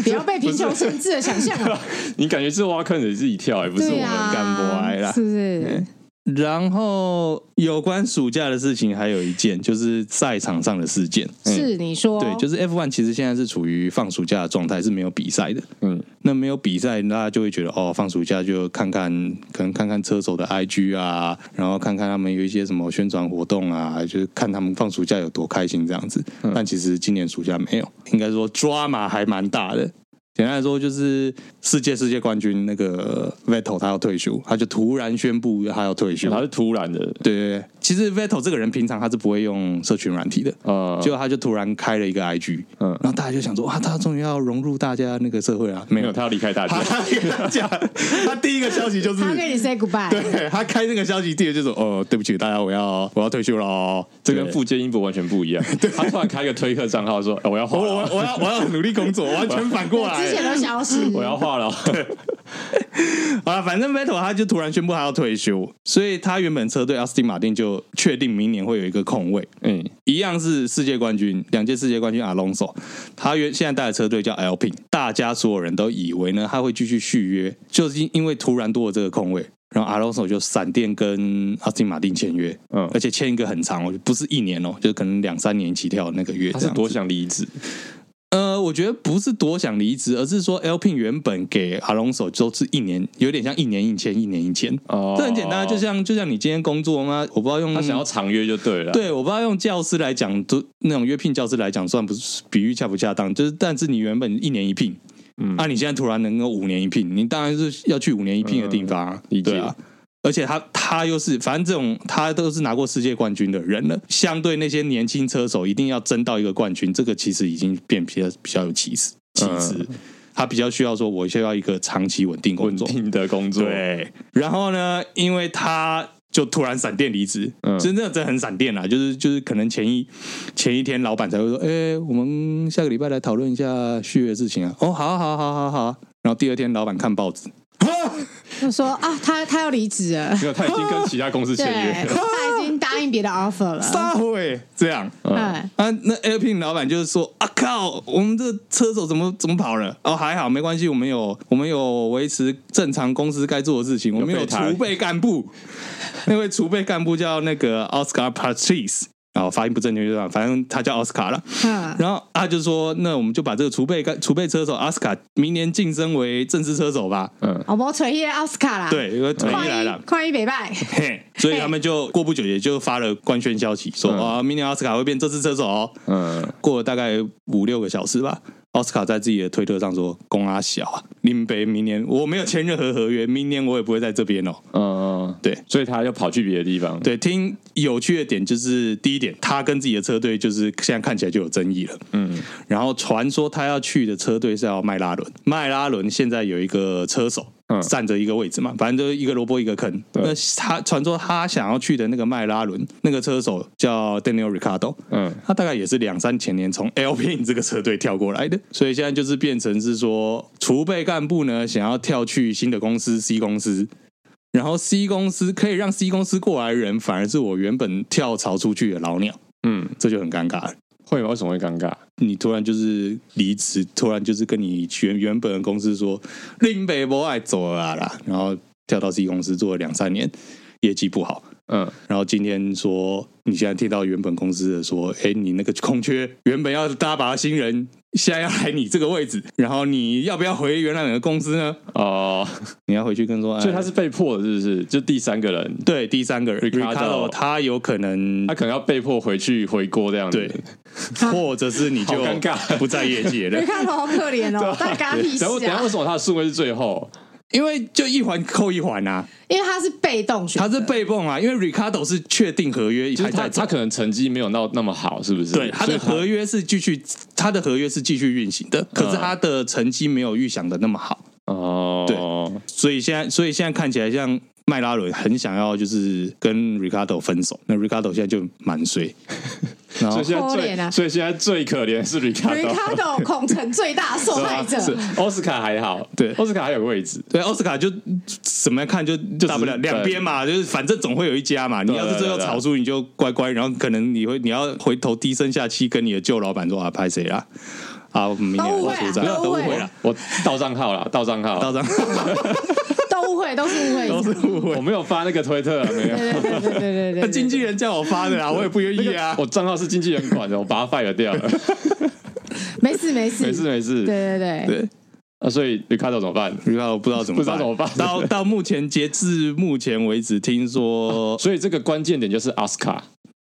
[SPEAKER 1] 不要被贫穷限制了想象啊！
[SPEAKER 2] 你感觉是挖坑你自己跳，也不是我
[SPEAKER 1] 对
[SPEAKER 2] 们干。
[SPEAKER 1] 啊，
[SPEAKER 3] 干不来啦
[SPEAKER 1] 是不是？
[SPEAKER 3] 然后有关暑假的事情还有一件，就是赛场上的事件。
[SPEAKER 1] 是你说，
[SPEAKER 3] 对，就是 F 1其实现在是处于放暑假的状态，是没有比赛的。
[SPEAKER 2] 嗯，
[SPEAKER 3] 那没有比赛，大家就会觉得哦，放暑假就看看，可能看看车手的 IG 啊，然后看看他们有一些什么宣传活动啊，就是看他们放暑假有多开心这样子。但其实今年暑假没有，应该说抓马还蛮大的。简单来说，就是世界世界冠军那个 Vettel 他要退休，他就突然宣布他要退休。
[SPEAKER 2] 他是突然的，
[SPEAKER 3] 对对对，其实 Vettel 这个人平常他是不会用社群软体的，
[SPEAKER 2] 呃，
[SPEAKER 3] 结果他就突然开了一个 IG，
[SPEAKER 2] 嗯
[SPEAKER 3] 然后大家就想说，哇，他终于要融入大家那个社会啊，没
[SPEAKER 2] 没有，
[SPEAKER 3] 有
[SPEAKER 2] 他要离开大 家
[SPEAKER 3] 他，他跟大家，他第一个消息就是
[SPEAKER 1] 他跟你 say goodbye，
[SPEAKER 3] 对他开那个消息，第一个就是哦，对不起大家，我要我要退休了哦，
[SPEAKER 2] 这跟富坚英博完全不一 样。他突然开个推特账号说：“呃我要
[SPEAKER 3] 我
[SPEAKER 2] 画
[SPEAKER 3] 我
[SPEAKER 2] 了，
[SPEAKER 3] 我要我要努力工作，完全反过 来。
[SPEAKER 1] 之前都消失，
[SPEAKER 2] 我要
[SPEAKER 3] 哦
[SPEAKER 2] 画了。哦
[SPEAKER 3] 啊，反正 Vettel 他就突然宣布他要退休，所以他原本车队 Aston Martin 就确定明年会有一个空位，”
[SPEAKER 2] 嗯，
[SPEAKER 3] 一样是世界冠军，两届世界冠军 Alonso，他原现在带的车队叫 Alpine，大家所有人都以为呢他会继续续约，就是因因为突然多了这个空位。然后 Alonso 就闪电跟 Aston Martin 签约，
[SPEAKER 2] 嗯
[SPEAKER 3] 而且签一个很长哦，不是一年哦，就可能两三年起跳的那个月这
[SPEAKER 2] 他
[SPEAKER 3] 样子。
[SPEAKER 2] 是多想离职，
[SPEAKER 3] 呃，我觉得不是多想离职，而是说 Alpine 原本给 Alonso 都是一年，有点像一年一签，一年一签。
[SPEAKER 2] 哦
[SPEAKER 3] 这很简单，就像就像你今天工作吗？我不知道用
[SPEAKER 2] 他想要长约就对了。，
[SPEAKER 3] 对，我不知道用教师来讲，都那种约聘教师来讲，算不比喻恰不恰当？就是，但是你原本一年一聘，
[SPEAKER 2] 嗯
[SPEAKER 3] 啊，你现在突然能够五年一聘，你当然是要去五年一聘的地方、啊
[SPEAKER 2] 嗯理解
[SPEAKER 3] 对啊。而且他他又是，反正这种他都是拿过世界冠军的人了，相对那些年轻车手，一定要争到一个冠军，这个其实已经变比较比较有歧视歧视。
[SPEAKER 2] 嗯
[SPEAKER 3] 他比较需要说，我需要一个长期稳定工
[SPEAKER 2] 稳
[SPEAKER 3] 作，
[SPEAKER 2] 定的工作，
[SPEAKER 3] 对，然后呢，因为他就突然闪电离职，
[SPEAKER 2] 嗯
[SPEAKER 3] 真的真的很闪电啦，就是就是可能前一前一天老板才会说，哎、我们下个礼拜来讨论一下续约的事情啊。哦，好啊好啊好啊好啊好啊。然后第二天老板看报纸，
[SPEAKER 1] 就说啊，他他要离职了，
[SPEAKER 2] 没有，他已经跟其他公司
[SPEAKER 1] 对
[SPEAKER 2] 签约了。
[SPEAKER 1] 他已经答应别的 offer 了，
[SPEAKER 3] 撒会这样。
[SPEAKER 2] 嗯
[SPEAKER 1] 哎，
[SPEAKER 3] 啊，那 Airpin 老板就是说啊靠，我们这车手怎么怎么跑了？哦，还好没关系，我们有我们有维持正常公司该做的事情，我们有
[SPEAKER 2] 备
[SPEAKER 3] 储
[SPEAKER 2] 胎
[SPEAKER 3] 备干部。 那位储备干部叫那个 Oscar Patrice，啊、哦，发音不正确就算了，反正他叫 Oscar 了。
[SPEAKER 1] 嗯，
[SPEAKER 3] 然后他就说，那我们就把这个储备干储备车手 Oscar 明年晋升为正式车手吧。
[SPEAKER 2] 嗯，
[SPEAKER 1] 我们锤业奥斯卡啦，，
[SPEAKER 3] 对，因为退役
[SPEAKER 1] 快
[SPEAKER 3] 来
[SPEAKER 1] 一
[SPEAKER 3] 了。
[SPEAKER 1] 快一北拜，
[SPEAKER 3] 嘿，所以他们就过不久也就发了官宣消息，说
[SPEAKER 2] 嗯
[SPEAKER 3] 啊、明年奥斯卡会变正式车手、哦。
[SPEAKER 2] 嗯，
[SPEAKER 3] 过了大概五六个小时吧，奥斯卡在自己的推特上说：“公阿小啊，林北明年我没有签任何合约，明年我也不会在这边哦。
[SPEAKER 2] 嗯，
[SPEAKER 3] 对，
[SPEAKER 2] 所以他要跑去别的地方。”，
[SPEAKER 3] 对，听有趣的点就是第一点，他跟自己的车队就是现在看起来就有争议了。
[SPEAKER 2] 嗯，
[SPEAKER 3] 然后传说他要去的车队是要迈拉伦，迈拉伦现在有一个车手。
[SPEAKER 2] 嗯
[SPEAKER 3] 站着一个位置嘛，反正就是一个萝卜一个坑。
[SPEAKER 2] 对
[SPEAKER 3] 那他传说他想要去的那个迈拉伦，那个车手叫 Daniel Ricardo，
[SPEAKER 2] 嗯，
[SPEAKER 3] 他大概也是两三前年从 LPN 这个车队跳过来的，所以现在就是变成是说，储备干部呢想要跳去新的公司 C 公司，然后 C 公司可以让 C 公司过来的人，反而是我原本跳槽出去的老鸟，
[SPEAKER 2] 嗯，
[SPEAKER 3] 这就很尴尬了。
[SPEAKER 2] 会吗？为什么会尴尬？
[SPEAKER 3] 你突然就是离职，突然就是跟你原原本的公司说林北不爱走了啦啦，然后跳到 C 公司做了两三年，业绩不好，
[SPEAKER 2] 嗯，
[SPEAKER 3] 然后今天说，你现在听到原本公司的说，哎，你那个空缺原本要搭把新人，现在要来你这个位置，然后你要不要回原来你的公司呢？
[SPEAKER 2] 哦，
[SPEAKER 3] 你要回去跟说，哎
[SPEAKER 2] 所以他是被迫的，是不是？就第三个人，
[SPEAKER 3] 对第三个人
[SPEAKER 2] Ricardo
[SPEAKER 3] Ricardo，他有 可能
[SPEAKER 2] 他可能要被迫回去回锅这样子。
[SPEAKER 3] 对，或者是你就
[SPEAKER 2] 好尴尬
[SPEAKER 3] 不在业界了
[SPEAKER 1] 你，看好可怜哦，大家屁事
[SPEAKER 2] 然后，等一下
[SPEAKER 1] 啊
[SPEAKER 2] 为，什么他的顺位是最后？
[SPEAKER 3] 因为就一环扣一环啊，
[SPEAKER 1] 因为他是被动选
[SPEAKER 3] 他，是被蹦啊，因为 Ricardo 是确定合约
[SPEAKER 2] 就
[SPEAKER 3] 还
[SPEAKER 2] 是他
[SPEAKER 3] 在
[SPEAKER 2] 他
[SPEAKER 3] 走。
[SPEAKER 2] 可能成绩没有到那么好，是不是？
[SPEAKER 3] 对，他
[SPEAKER 2] 所
[SPEAKER 3] 的
[SPEAKER 2] 以
[SPEAKER 3] 合约是继续，他的合约是继续运行的，可是他的成绩没有预想的那么好。
[SPEAKER 2] 哦，对，
[SPEAKER 3] 所以现在，所以现在看起来像麦拉伦很想要就是跟 Ricardo 分手，那 Ricardo 现在就蛮衰，然
[SPEAKER 2] 所
[SPEAKER 3] 后
[SPEAKER 2] 以现
[SPEAKER 1] 可
[SPEAKER 2] 在
[SPEAKER 1] 怜
[SPEAKER 2] 最
[SPEAKER 1] 啊
[SPEAKER 2] 所以现在最可怜的是 Ricardo。
[SPEAKER 1] Ricardo 孔城最大受害者，
[SPEAKER 2] 是啊奥斯卡还好，
[SPEAKER 3] 对
[SPEAKER 2] 奥斯卡还有个位置，
[SPEAKER 3] 对奥斯卡就怎么样看就就大不了
[SPEAKER 2] 只是
[SPEAKER 3] 两边嘛，就是反正总会有一家嘛。你要是最后
[SPEAKER 2] 对对对
[SPEAKER 3] 炒出，你就乖乖，然后可能你会你要回头低声下气跟你的旧老板说啊，拍谁啦？啊，我们明
[SPEAKER 1] 都
[SPEAKER 3] 年
[SPEAKER 1] 误
[SPEAKER 3] 再
[SPEAKER 1] 会啊
[SPEAKER 3] 出战，
[SPEAKER 1] 都
[SPEAKER 3] 都误
[SPEAKER 1] 误会
[SPEAKER 3] 会了，
[SPEAKER 2] 我到账号了，到账
[SPEAKER 3] 到
[SPEAKER 2] 号，
[SPEAKER 3] 这样
[SPEAKER 1] 都误会，都是误会，
[SPEAKER 3] 都是误会
[SPEAKER 2] 我。没有发那个推特啊，没有，
[SPEAKER 1] 对对对对对对
[SPEAKER 3] 那
[SPEAKER 1] 对，
[SPEAKER 3] 经纪人叫我发 的啊，我也不愿意啊。
[SPEAKER 2] 我账号是经纪人管的，我把它 fire 掉了，
[SPEAKER 1] 没事没事
[SPEAKER 2] 没事 没
[SPEAKER 1] 对
[SPEAKER 2] 事。
[SPEAKER 1] 对对，
[SPEAKER 3] 对。
[SPEAKER 2] 啊，所以 Ricardo 怎么办？
[SPEAKER 3] 不知道不知道怎么
[SPEAKER 2] 不知道怎么办
[SPEAKER 3] 到到目前截至目前为止，听说
[SPEAKER 2] 所以这个关键点就是 Oscar，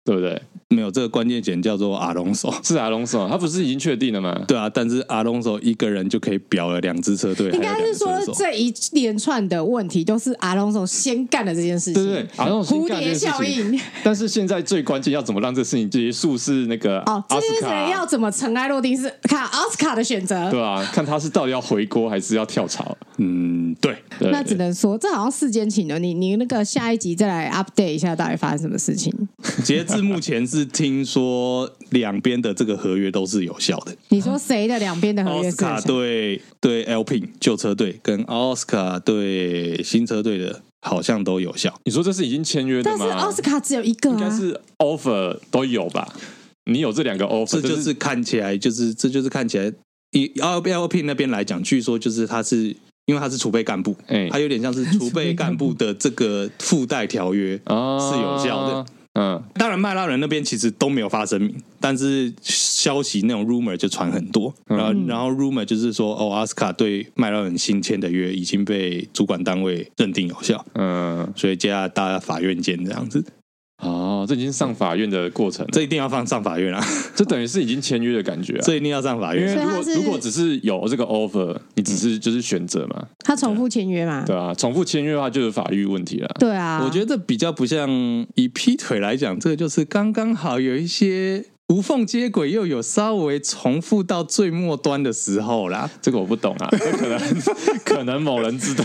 [SPEAKER 2] 对不对？
[SPEAKER 3] 没有这个关键点叫做阿隆索。
[SPEAKER 2] 是阿隆索，他不是已经确定了吗？
[SPEAKER 3] 对啊，但是阿隆索一个人就可以表了两支车队，
[SPEAKER 1] 应该
[SPEAKER 3] 还有
[SPEAKER 1] 是
[SPEAKER 3] 两
[SPEAKER 1] 说
[SPEAKER 3] 个车手。
[SPEAKER 1] 这一连串的问题都是阿隆索先干的这件事情，
[SPEAKER 2] 对对对，阿隆索
[SPEAKER 1] 蝴
[SPEAKER 2] 先干这
[SPEAKER 1] 蝶
[SPEAKER 2] 件事
[SPEAKER 1] 效
[SPEAKER 2] 情。
[SPEAKER 1] 应。
[SPEAKER 2] 但是现在最关键要怎么让这事情结束是那个
[SPEAKER 1] 哦，这
[SPEAKER 2] 奥斯
[SPEAKER 1] 件事
[SPEAKER 2] 卡
[SPEAKER 1] 情要怎么尘埃落定是看奥斯卡的选择。
[SPEAKER 2] 对啊，看他是到底要回锅还是要跳槽。
[SPEAKER 3] 嗯，对，
[SPEAKER 2] 对
[SPEAKER 1] 那只能说，这好像世间情了。你你那个下一集再来 update 一下，到底发生什么事情？
[SPEAKER 3] 截至目前是听说两边的这个合约都是有效的。
[SPEAKER 1] 你
[SPEAKER 2] 啊
[SPEAKER 1] 说谁的两边的 合
[SPEAKER 3] 奥
[SPEAKER 1] 约
[SPEAKER 3] 斯
[SPEAKER 1] 是有
[SPEAKER 3] 卡
[SPEAKER 1] 效？
[SPEAKER 3] 对对 Alpine 旧车队跟奥斯卡对新车队的，好像都有效。
[SPEAKER 2] 你说这是已经签约的
[SPEAKER 1] 但是
[SPEAKER 2] 吗？
[SPEAKER 1] 奥斯卡只有一个
[SPEAKER 2] 应该
[SPEAKER 1] 啊。
[SPEAKER 2] 是 offer 都有吧？你有这两个 offer，
[SPEAKER 3] 这就
[SPEAKER 2] 就是
[SPEAKER 3] 是看起来，就是这就是看起来，以 L L P 那边来讲，据说就是他是因为他是储备干部，
[SPEAKER 2] 哎
[SPEAKER 3] 他有点像是储备干部的这个附带条约。
[SPEAKER 2] 啊
[SPEAKER 3] 是有效的。
[SPEAKER 2] 嗯，
[SPEAKER 3] 当然，麦拉伦那边其实都没有发声明，但是消息那种 rumor 就传很多，
[SPEAKER 1] 嗯
[SPEAKER 3] 然后、然后 rumor 就是说，哦，阿斯卡对麦拉伦新签的约已经被主管单位认定有效，
[SPEAKER 2] 嗯，
[SPEAKER 3] 所以接下来大家法院见这样子，
[SPEAKER 1] 嗯
[SPEAKER 2] 哦，这已经上法院的过 程了，
[SPEAKER 3] 这一定要放上法院啊，
[SPEAKER 2] 这等于是已经签约的感觉啊。
[SPEAKER 3] 这一定要上法
[SPEAKER 2] 因
[SPEAKER 3] 院
[SPEAKER 2] 为
[SPEAKER 1] 所以他
[SPEAKER 2] 如
[SPEAKER 3] 啊。
[SPEAKER 2] 果
[SPEAKER 1] 是
[SPEAKER 2] 如果只是有这个 offer，你只是就是选择嘛，
[SPEAKER 1] 他重复签约嘛？
[SPEAKER 2] 对啊，重复签约的话就是法律问题了。
[SPEAKER 1] 对啊，
[SPEAKER 3] 我觉得比较不像以劈腿来讲，这个就是刚刚好有一些无缝接轨，又有稍微重复到最末端的时候啦。
[SPEAKER 2] 这个我不懂啊，这可能可能某人知道，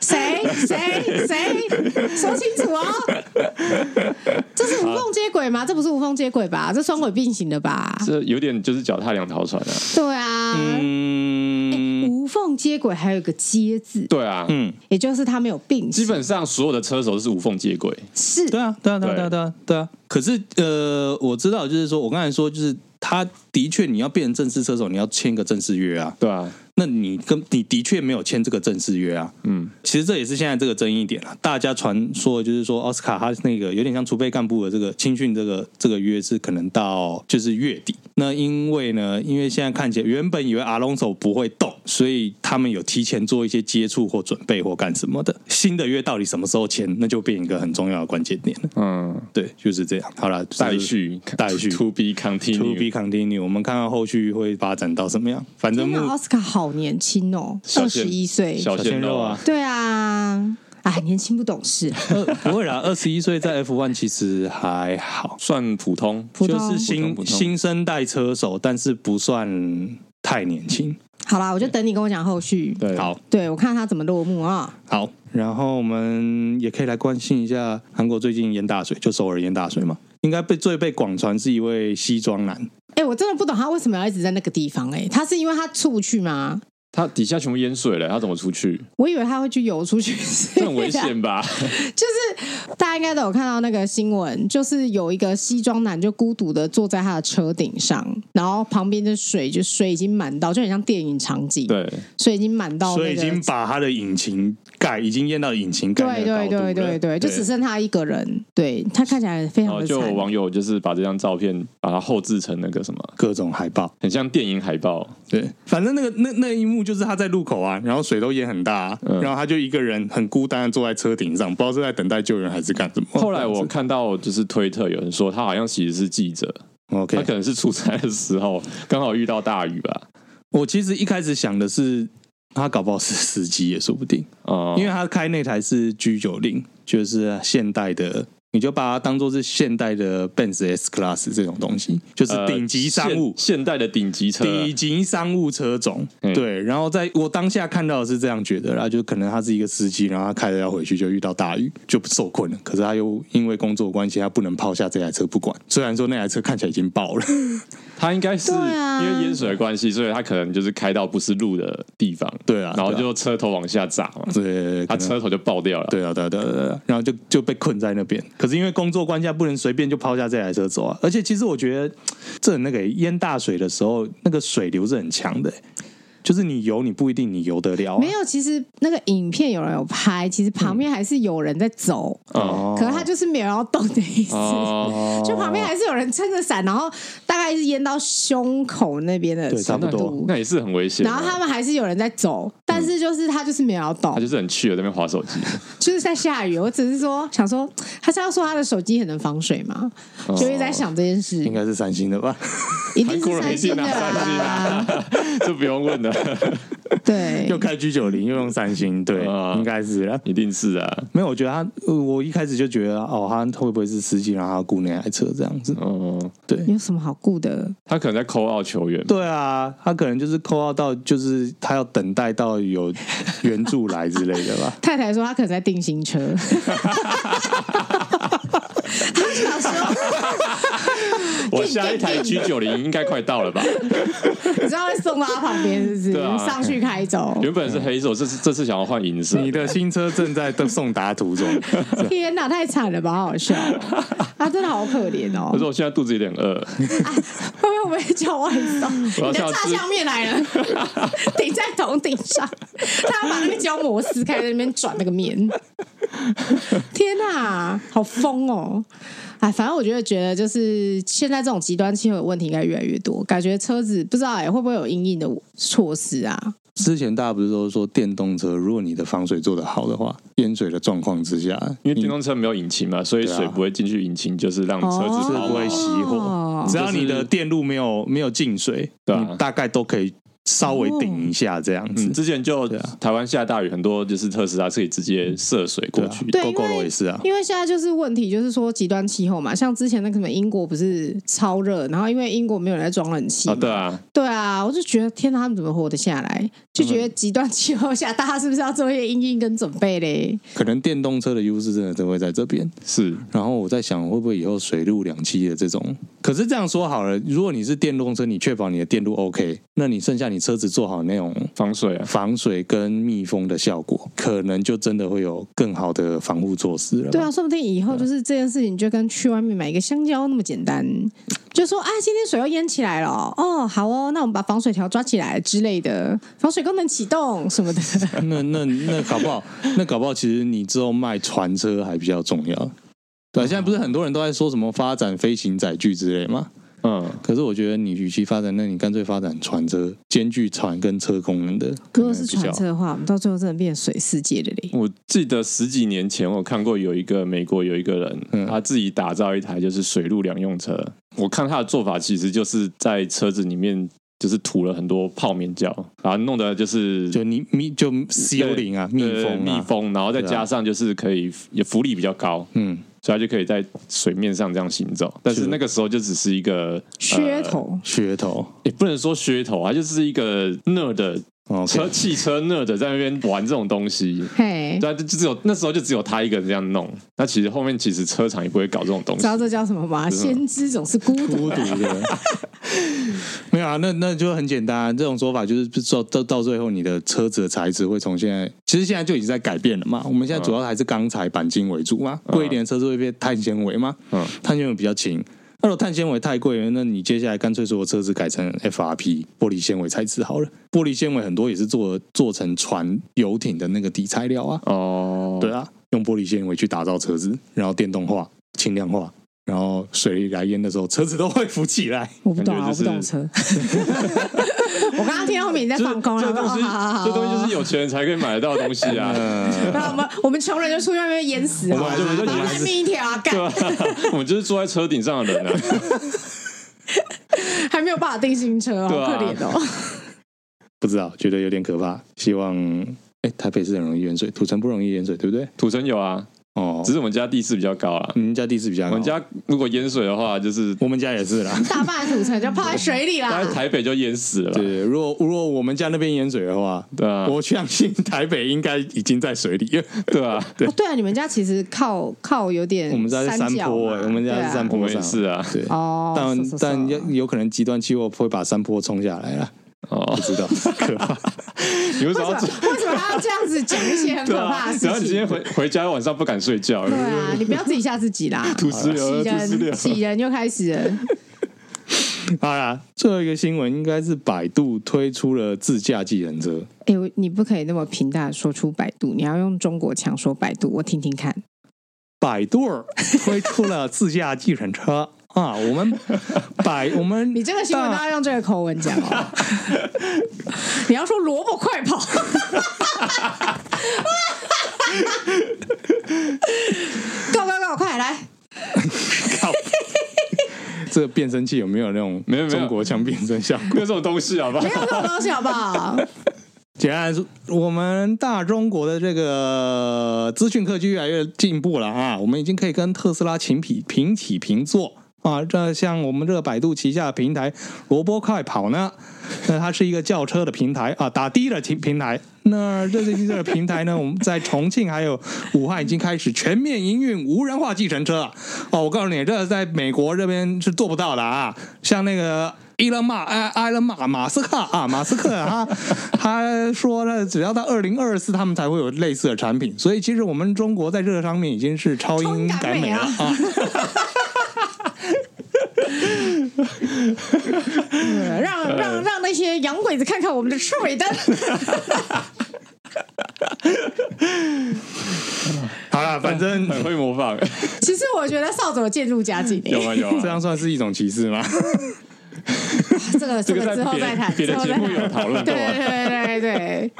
[SPEAKER 1] 谁谁谁说清楚哦，这是无缝接轨吗？这不是无缝接轨吧？这双轨并行的吧？
[SPEAKER 2] 这有点就是脚踏两条船啊。
[SPEAKER 1] 对啊，
[SPEAKER 3] 嗯
[SPEAKER 1] 无缝接轨还有一个接字，
[SPEAKER 2] 对啊，
[SPEAKER 3] 嗯，
[SPEAKER 1] 也就是它没有并行，
[SPEAKER 2] 基本上所有的车手都是无缝接轨。
[SPEAKER 1] 是
[SPEAKER 3] 对啊，对啊，对
[SPEAKER 2] 对
[SPEAKER 3] 啊，对啊，对啊，对啊。可是呃，我知道，就是说我刚才说，就是他的确你要变成正式车手，你要签个正式约啊。
[SPEAKER 2] 对啊，
[SPEAKER 3] 那你跟你的确没有签这个正式约啊。
[SPEAKER 2] 嗯，
[SPEAKER 3] 其实这也是现在这个争议点啊。大家传说的就是说，奥哦斯卡他那个有点像储备干部的这个青训这个这个约是可能到就是月底。那因为呢，因为现在看起来原本以为阿隆索不会动，所以他们有提前做一些接触或准备或干什么的。新的约到底什么时候签，那就变一个很重要的关键点了。
[SPEAKER 2] 嗯，
[SPEAKER 3] 对，就是这样。好了，
[SPEAKER 2] 待。续，
[SPEAKER 3] 待续
[SPEAKER 2] to be
[SPEAKER 3] To
[SPEAKER 2] continue。
[SPEAKER 3] be continue，我们看看后续会发展到什么样。反正
[SPEAKER 1] 天
[SPEAKER 3] 目
[SPEAKER 1] 哪，奥斯卡好年轻哦，
[SPEAKER 2] 小
[SPEAKER 1] 二
[SPEAKER 2] 鲜
[SPEAKER 1] 十一岁，
[SPEAKER 2] 小鲜肉
[SPEAKER 3] 小
[SPEAKER 2] 啊，
[SPEAKER 1] 对啊，哎，年轻不懂 事，
[SPEAKER 3] 呃 不会啦，二十一岁在 F one 其实还 好，
[SPEAKER 2] 算普通，
[SPEAKER 1] 普
[SPEAKER 3] 就
[SPEAKER 1] 通
[SPEAKER 3] 是新
[SPEAKER 2] 普通普通
[SPEAKER 3] 新生代车手，但是不算太年轻。
[SPEAKER 1] 好啦，我就等你跟我讲后续，
[SPEAKER 2] 对，
[SPEAKER 3] 好
[SPEAKER 1] 对我看他怎么落幕啊、
[SPEAKER 3] 好，然后我们也可以来关心一下韩国最近淹大水，就首尔淹大水嘛，应该被最被广传是一位西装男，
[SPEAKER 1] 哎、我真的不懂他为什么要一直在那个地方、哎，他是因为他出不去吗？
[SPEAKER 2] 他底下全部淹水了，他怎么出 去？
[SPEAKER 1] 我以为他会去游出去，
[SPEAKER 2] 这很危险 啊吧？
[SPEAKER 1] 大家应该都有看到那个新闻，就是有一个西装男就孤独的坐在他的车顶上，然后旁边的水就水已经满到，就很像电影场景，
[SPEAKER 2] 对，
[SPEAKER 1] 水已经满到、那个，
[SPEAKER 3] 所以已经把他的引擎盖已经淹到引擎盖
[SPEAKER 1] 对
[SPEAKER 3] 那个高
[SPEAKER 1] 对
[SPEAKER 3] 度了
[SPEAKER 1] 对对对，就只剩他一个人，对他看起来非
[SPEAKER 2] 然
[SPEAKER 1] 常
[SPEAKER 2] 后
[SPEAKER 1] 的
[SPEAKER 2] 哦就有
[SPEAKER 1] 惨。
[SPEAKER 2] 网友就是把这张照片把它后置成那个什么，
[SPEAKER 3] 各种海报。
[SPEAKER 2] 很像电影海报。
[SPEAKER 3] 对，反正那个那那一幕就是他在路口啊，然后水都淹很大、啊，
[SPEAKER 2] 嗯
[SPEAKER 3] 然后他就一个人很孤单的坐在车顶上，不知道是在等待救援还是干什么。
[SPEAKER 2] 后来我看到就是推特有人说他好像其实是记者，他
[SPEAKER 3] OK，
[SPEAKER 2] 可能是出差的时候刚好遇到大雨吧。
[SPEAKER 3] 我其实一开始想的是他搞不好是司机也说不定，
[SPEAKER 2] 哦，
[SPEAKER 3] 因为他开那台是 G 九零，就是现代的。你就把它当做是现代的 Benz S Class 这种东西，就是
[SPEAKER 2] 呃
[SPEAKER 3] 顶级商务
[SPEAKER 2] 现、现代的顶级车，
[SPEAKER 3] 顶级商务车种。
[SPEAKER 2] 啊嗯
[SPEAKER 3] 对，然后在我当下看到的是这样觉得啦，就可能他是一个司机，然后他开着要回去就遇到大雨，就受困了。可是他又因为工作关系，他不能抛下这台车不管。虽然说那台车看起来已经爆了，
[SPEAKER 2] 他应该是
[SPEAKER 1] 对
[SPEAKER 2] 因
[SPEAKER 1] 啊
[SPEAKER 2] 为淹水的关系，所以他可能就是开到不是路的地方，
[SPEAKER 3] 对啊
[SPEAKER 2] 然后
[SPEAKER 3] 对
[SPEAKER 2] 就车头往下砸嘛，
[SPEAKER 3] 对，
[SPEAKER 2] 他
[SPEAKER 3] 可能
[SPEAKER 2] 车头就爆掉了。
[SPEAKER 3] 对啊，对啊，对啊，对啊，然后就就被困在那边。可是因为工作关系，他不能随便就抛下这台车走啊。而且其实我觉得，这那个淹大水的时候，那个水流是很强的、欸就是你游，你不一定你游得了啊、
[SPEAKER 1] 没有，其实那个影片有人有拍，其实旁边还是有人在走，
[SPEAKER 2] 哦
[SPEAKER 1] 可是他就是没有要动的意思。
[SPEAKER 2] 哦，
[SPEAKER 1] 就旁边还是有人撑着伞，然后大概是淹到胸口那边的
[SPEAKER 3] 对差
[SPEAKER 1] 程
[SPEAKER 3] 哦不多
[SPEAKER 1] 度，
[SPEAKER 2] 那也是很危险
[SPEAKER 1] 然
[SPEAKER 2] 啊。
[SPEAKER 1] 后他们还是有人在走，但是就是他就是没有要动
[SPEAKER 2] 他，就是很气的在那边划手机，
[SPEAKER 1] 就是在下雨。我只是说想说，他是要说他的手机很能防水吗？
[SPEAKER 2] 哦
[SPEAKER 1] 就一直在想这件事
[SPEAKER 3] 应，该是三星的吧？
[SPEAKER 1] 一
[SPEAKER 2] 韩
[SPEAKER 1] 定
[SPEAKER 2] 国
[SPEAKER 1] 是
[SPEAKER 2] 人
[SPEAKER 1] 三
[SPEAKER 2] 一
[SPEAKER 1] 星
[SPEAKER 2] 定
[SPEAKER 1] 的啊
[SPEAKER 2] 拿三星
[SPEAKER 1] 啦。
[SPEAKER 2] 啊， 这不用问的，
[SPEAKER 1] 对
[SPEAKER 3] 又，开 G 九零，又用三星，对，
[SPEAKER 2] 哎啊
[SPEAKER 3] 应该是啦。
[SPEAKER 2] 一定是啊。
[SPEAKER 3] 没有，我觉得他，呃我一开始就觉得，哦，他会不会是司机，然后他雇那台车这样子？
[SPEAKER 2] 哦，
[SPEAKER 3] 对，
[SPEAKER 1] 有什么好顾的？。
[SPEAKER 2] 他可能在扣奥球员，
[SPEAKER 3] 对啊，他可能就是扣号到，就是他要等待到有援助来之类的 吧
[SPEAKER 1] 太太说她可能在订新车，她想说。
[SPEAKER 2] 我下一台 G 九零应该快到了吧？
[SPEAKER 1] 你知道会送到他旁边，是不是？
[SPEAKER 2] 对啊
[SPEAKER 1] 上去开走。
[SPEAKER 2] 原本是黑手，这次这次想要换银色，
[SPEAKER 3] 你的新车正在送达途中，
[SPEAKER 1] 天哪，太惨了吧，好好笑啊！真的好可怜哦
[SPEAKER 2] 可。是我现在肚子有点饿，
[SPEAKER 1] 会不会我也叫外送？
[SPEAKER 2] 我
[SPEAKER 1] 你
[SPEAKER 2] 要
[SPEAKER 1] 的
[SPEAKER 2] 下
[SPEAKER 1] 炸
[SPEAKER 2] 吃
[SPEAKER 1] 酱面来 了，顶在头顶上，他要把那个胶膜撕开，在那边转那个面。天哪，好疯哦！哎，反正我觉得，觉得就是现在这种极端气候的问题应该越来越多，感觉车子不知道哎、会不会有阴影的措施啊？
[SPEAKER 3] 之前大家不是都说电动车，如果你的防水做得好的话，淹水的状况之下，
[SPEAKER 2] 因为
[SPEAKER 3] 你
[SPEAKER 2] 电动车没有引擎嘛，所以
[SPEAKER 3] 对啊
[SPEAKER 2] 水不会进去引擎，就是让车子
[SPEAKER 1] 哦
[SPEAKER 2] 跑
[SPEAKER 3] 不会
[SPEAKER 2] 嘛。
[SPEAKER 3] 熄火
[SPEAKER 1] 哦，
[SPEAKER 3] 只要你的电路没有没有进水，
[SPEAKER 2] 对啊
[SPEAKER 3] 你大概都可以稍
[SPEAKER 1] 哦
[SPEAKER 3] 微顶一下这样子
[SPEAKER 2] 嗯，。之前就
[SPEAKER 3] 对啊
[SPEAKER 2] 台湾下大雨，很多就是特斯拉是可以直接涉水过去。
[SPEAKER 1] 对
[SPEAKER 3] ，GoGo
[SPEAKER 1] 因为
[SPEAKER 3] 啊也是啊，
[SPEAKER 1] 因为现在就是问题，就是说极端气候嘛，像之前那个什么英国不是超热，然后因为英国没有人在装冷气嘛、
[SPEAKER 2] 啊，对啊，
[SPEAKER 1] 对啊，我就觉得天哪，他们怎么活得下来？就觉得极端气候下，大家是不是要做一些应应跟准备嘞？
[SPEAKER 3] 可能电动车的优势真的真会在这边。
[SPEAKER 2] 是
[SPEAKER 3] 然后我在想，会不会以后水陆两栖的这种？可是这样说好了，如果你是电动车，你确保你的电路 OK，那你剩下你车子做好那种
[SPEAKER 2] 防水啊。
[SPEAKER 3] 防水跟密封的效果，可能就真的会有更好的防护措施了。
[SPEAKER 1] 对啊，，说不定以后就是这件事情，就跟去外面买一个香蕉那么简单，就说啊，今天水又淹起来了哦，哦，好哦，那我们把防水条抓起来之类的，防水功能启动什么的。
[SPEAKER 3] 那那那搞不好，那搞不好，其实你之后卖船车还比较重要。对啊，现在不是很多人都在说什么发展飞行载具之类吗？
[SPEAKER 2] 嗯，
[SPEAKER 3] 可是我觉得你与其发展，那你干脆发展船车，兼具船跟车功能的。
[SPEAKER 1] 如果是
[SPEAKER 3] 可能比较
[SPEAKER 1] 传车的话，我们到最后真的变水世界了嘞。
[SPEAKER 2] 我记得十几年前我看过有一个美国有一个人，
[SPEAKER 3] 嗯
[SPEAKER 2] 他自己打造一台就是水陆两用车。我看他的做法其实就是在车子里面就是涂了很多泡面胶，然后弄的就是
[SPEAKER 3] 就你密就修灵啊，密
[SPEAKER 2] 呃
[SPEAKER 3] 封
[SPEAKER 2] 密
[SPEAKER 3] 啊，
[SPEAKER 2] 封，然后再
[SPEAKER 3] 对啊
[SPEAKER 2] 加上就是可以也浮力比较高，
[SPEAKER 3] 嗯，
[SPEAKER 2] 所以它就可以在水面上这样行走。但是
[SPEAKER 3] 是
[SPEAKER 2] 那个时候就只是一个
[SPEAKER 1] 噱，
[SPEAKER 2] 呃
[SPEAKER 1] 头，
[SPEAKER 3] 噱头
[SPEAKER 2] 也不能说噱头，它就是一个 nerd 的
[SPEAKER 3] 哦，
[SPEAKER 2] 车汽车 nerd 的在那边玩这种东西。
[SPEAKER 1] 嘿，
[SPEAKER 2] 对啊，就就只有那时候就只有他一个人这样弄。那其实后面其实车厂也不会搞这种东
[SPEAKER 1] 知
[SPEAKER 2] 西。
[SPEAKER 1] 道这叫什么吗？先知总是孤独
[SPEAKER 3] 孤
[SPEAKER 1] 的。
[SPEAKER 3] 独的。没有啊，那那就很简单、啊。这种说法就是到到到最后，你的车子的材质会从现在，其实现在就已经在改变了嘛。我们现在主要还是钢材、钣金为主嘛。贵一点的车子会变碳纤维嘛，
[SPEAKER 2] 嗯
[SPEAKER 3] 碳纤维比较轻。那如果碳纤维太贵了，那你接下来干脆所有车子改成 FRP 玻璃纤维材质好了。玻璃纤维很多也是做做成船、游艇的那个底材料啊。
[SPEAKER 2] 哦，
[SPEAKER 3] 对啊，用玻璃纤维去打造车子，然后电动化、轻量化，然后水来淹的时候，车子都会浮起来。
[SPEAKER 1] 我不懂啊，
[SPEAKER 2] 感觉
[SPEAKER 1] 我
[SPEAKER 2] 就是
[SPEAKER 1] 不懂车。我刚刚听到后面你在
[SPEAKER 2] 就是
[SPEAKER 1] 放空了，
[SPEAKER 2] 这个东西，
[SPEAKER 1] 我说好好好好
[SPEAKER 2] 这东西就是有钱人才可以买得到的东西啊。
[SPEAKER 1] 那我们我们穷人就出去外面淹死了，
[SPEAKER 2] 我们还是
[SPEAKER 1] 好吧
[SPEAKER 2] 我们就
[SPEAKER 1] 然后
[SPEAKER 2] 淹死
[SPEAKER 1] 再命一条啊，干
[SPEAKER 2] 对啊，我们就是坐在车顶上的人啊。
[SPEAKER 1] 还没有办法订新车，好
[SPEAKER 2] 对啊
[SPEAKER 1] 可怜哦。
[SPEAKER 3] 不知道，觉得有点可怕。希望，哎，台北是很容易淹水，土城不容易淹水，对不对？
[SPEAKER 2] 土城有啊，
[SPEAKER 3] 哦
[SPEAKER 2] 只，是我们家地势比较高啊。
[SPEAKER 3] 你们家地势比较
[SPEAKER 2] 我
[SPEAKER 3] 高，
[SPEAKER 2] 们家如果淹水的话，就是
[SPEAKER 3] 我们家也是啦。
[SPEAKER 1] 大半的土城就泡在水里啦
[SPEAKER 2] 大概。台北就淹死了吧。
[SPEAKER 3] 对，如果如果我们家那边淹水的话，
[SPEAKER 2] 对啊，
[SPEAKER 3] 我相信台北应该已经在水里了。
[SPEAKER 2] 对啊，
[SPEAKER 1] 哦对啊，你们家其实靠靠有点
[SPEAKER 3] 我们家是山
[SPEAKER 1] 角
[SPEAKER 3] 坡
[SPEAKER 1] 嘛
[SPEAKER 3] 哎，我们
[SPEAKER 1] 对
[SPEAKER 3] 家
[SPEAKER 1] 啊
[SPEAKER 3] 是山
[SPEAKER 2] 我
[SPEAKER 3] 坡
[SPEAKER 2] 们也
[SPEAKER 3] 上，
[SPEAKER 2] 是啊。
[SPEAKER 3] 对。
[SPEAKER 1] 哦，
[SPEAKER 3] 但
[SPEAKER 1] 是是是
[SPEAKER 3] 但有有可能极端气候会把山坡冲下来了，
[SPEAKER 2] 哦
[SPEAKER 3] 不，知道，可怕。
[SPEAKER 2] 你为什么
[SPEAKER 1] 为
[SPEAKER 2] 要
[SPEAKER 1] 什么
[SPEAKER 2] 做？
[SPEAKER 1] 为什么他要这样子讲一些很
[SPEAKER 2] 对
[SPEAKER 1] 可
[SPEAKER 2] 啊
[SPEAKER 1] 怕的，事
[SPEAKER 2] 然后你今
[SPEAKER 1] 情
[SPEAKER 2] 天？回回家晚上不敢睡觉。
[SPEAKER 1] 对啊，你不要自己吓自己啦。
[SPEAKER 2] 土石流，
[SPEAKER 1] 杞
[SPEAKER 2] 土石流
[SPEAKER 1] 人，杞人又开始了。
[SPEAKER 3] 好啦，最后一个新闻应该是百度推出了自驾计程车。
[SPEAKER 1] 哎、我你不可以那么平淡地说出百度，你要用中国腔说百度，我听听看。
[SPEAKER 3] 百度儿推出了自驾计程车啊！我们百我们
[SPEAKER 1] 你这个新闻都
[SPEAKER 3] 大
[SPEAKER 1] 要用这个口吻讲 哦，你要说萝卜快跑， 够够够，快来！
[SPEAKER 3] 靠，这变声器有没有那种
[SPEAKER 2] 没有没有
[SPEAKER 3] 中国腔变声效
[SPEAKER 2] 没
[SPEAKER 3] 果？
[SPEAKER 2] 有这种东西，好不好
[SPEAKER 1] 没？有这种东西好不好？
[SPEAKER 3] 简单来说，我们大中国的这个资讯科技越来越进步了啊！我们已经可以跟特斯拉平起平起平坐。啊，这像我们这个百度旗下的平台“萝卜快跑”呢，那它是一个轿车的平台啊，打的的平平台。那这些这个平台呢，我们在重庆还有武汉已经开始全面营运无人化计程车了。哦，我告诉你，这在美国这边是做不到的啊。像那个伊隆马埃埃隆马马斯克啊，马斯克他他说呢，只要到二零二四，他们才会有类似的产品。所以其实我们中国在这个方面已经是超
[SPEAKER 1] 超英
[SPEAKER 3] 英
[SPEAKER 1] 赶
[SPEAKER 3] 赶
[SPEAKER 1] 美
[SPEAKER 3] 美了
[SPEAKER 1] 啊
[SPEAKER 3] 啊。
[SPEAKER 1] 对 让让让那些洋鬼子看看我们的车尾灯。
[SPEAKER 3] 好 了，反正
[SPEAKER 2] 很会模仿，
[SPEAKER 1] 其实我觉得扫帚渐入佳境、
[SPEAKER 2] 有啊有
[SPEAKER 3] 这
[SPEAKER 2] 啊。
[SPEAKER 3] 样算是一种歧视吗？
[SPEAKER 1] 这个这
[SPEAKER 2] 这个
[SPEAKER 1] 个
[SPEAKER 2] 在
[SPEAKER 1] 之后
[SPEAKER 2] 别的
[SPEAKER 1] 再谈，
[SPEAKER 2] 别的
[SPEAKER 1] 之后
[SPEAKER 2] 节
[SPEAKER 1] 再
[SPEAKER 2] 目
[SPEAKER 1] 谈
[SPEAKER 2] 有讨论过
[SPEAKER 1] 对
[SPEAKER 2] 啊。
[SPEAKER 1] 对对对对，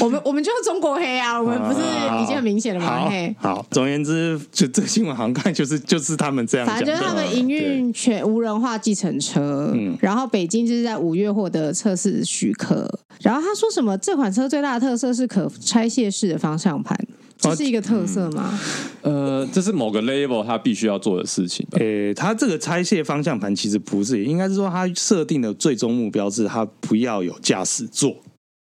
[SPEAKER 1] 我们我们就是中国黑啊，我们不是已经很明显了吗？
[SPEAKER 3] 好
[SPEAKER 1] 嘿，，
[SPEAKER 3] 好，总而言之，就这个新闻好像看就是就是他们这样讲
[SPEAKER 1] 反
[SPEAKER 3] 的，
[SPEAKER 1] 正就是 他们营运全无人化计程车，
[SPEAKER 3] 嗯
[SPEAKER 1] 然后北京就是在五月获得测试许可，然后他说什么这款车最大的特色是可拆卸式的方向盘，
[SPEAKER 3] 哦
[SPEAKER 1] 这是一个特
[SPEAKER 3] 嗯
[SPEAKER 1] 色吗？
[SPEAKER 2] 呃，这是某个 label 他必须要做的事情吧？
[SPEAKER 3] 诶、它呃这个拆卸方向盘其实不是，应该是说它设定的最终目标是它不要有驾驶座，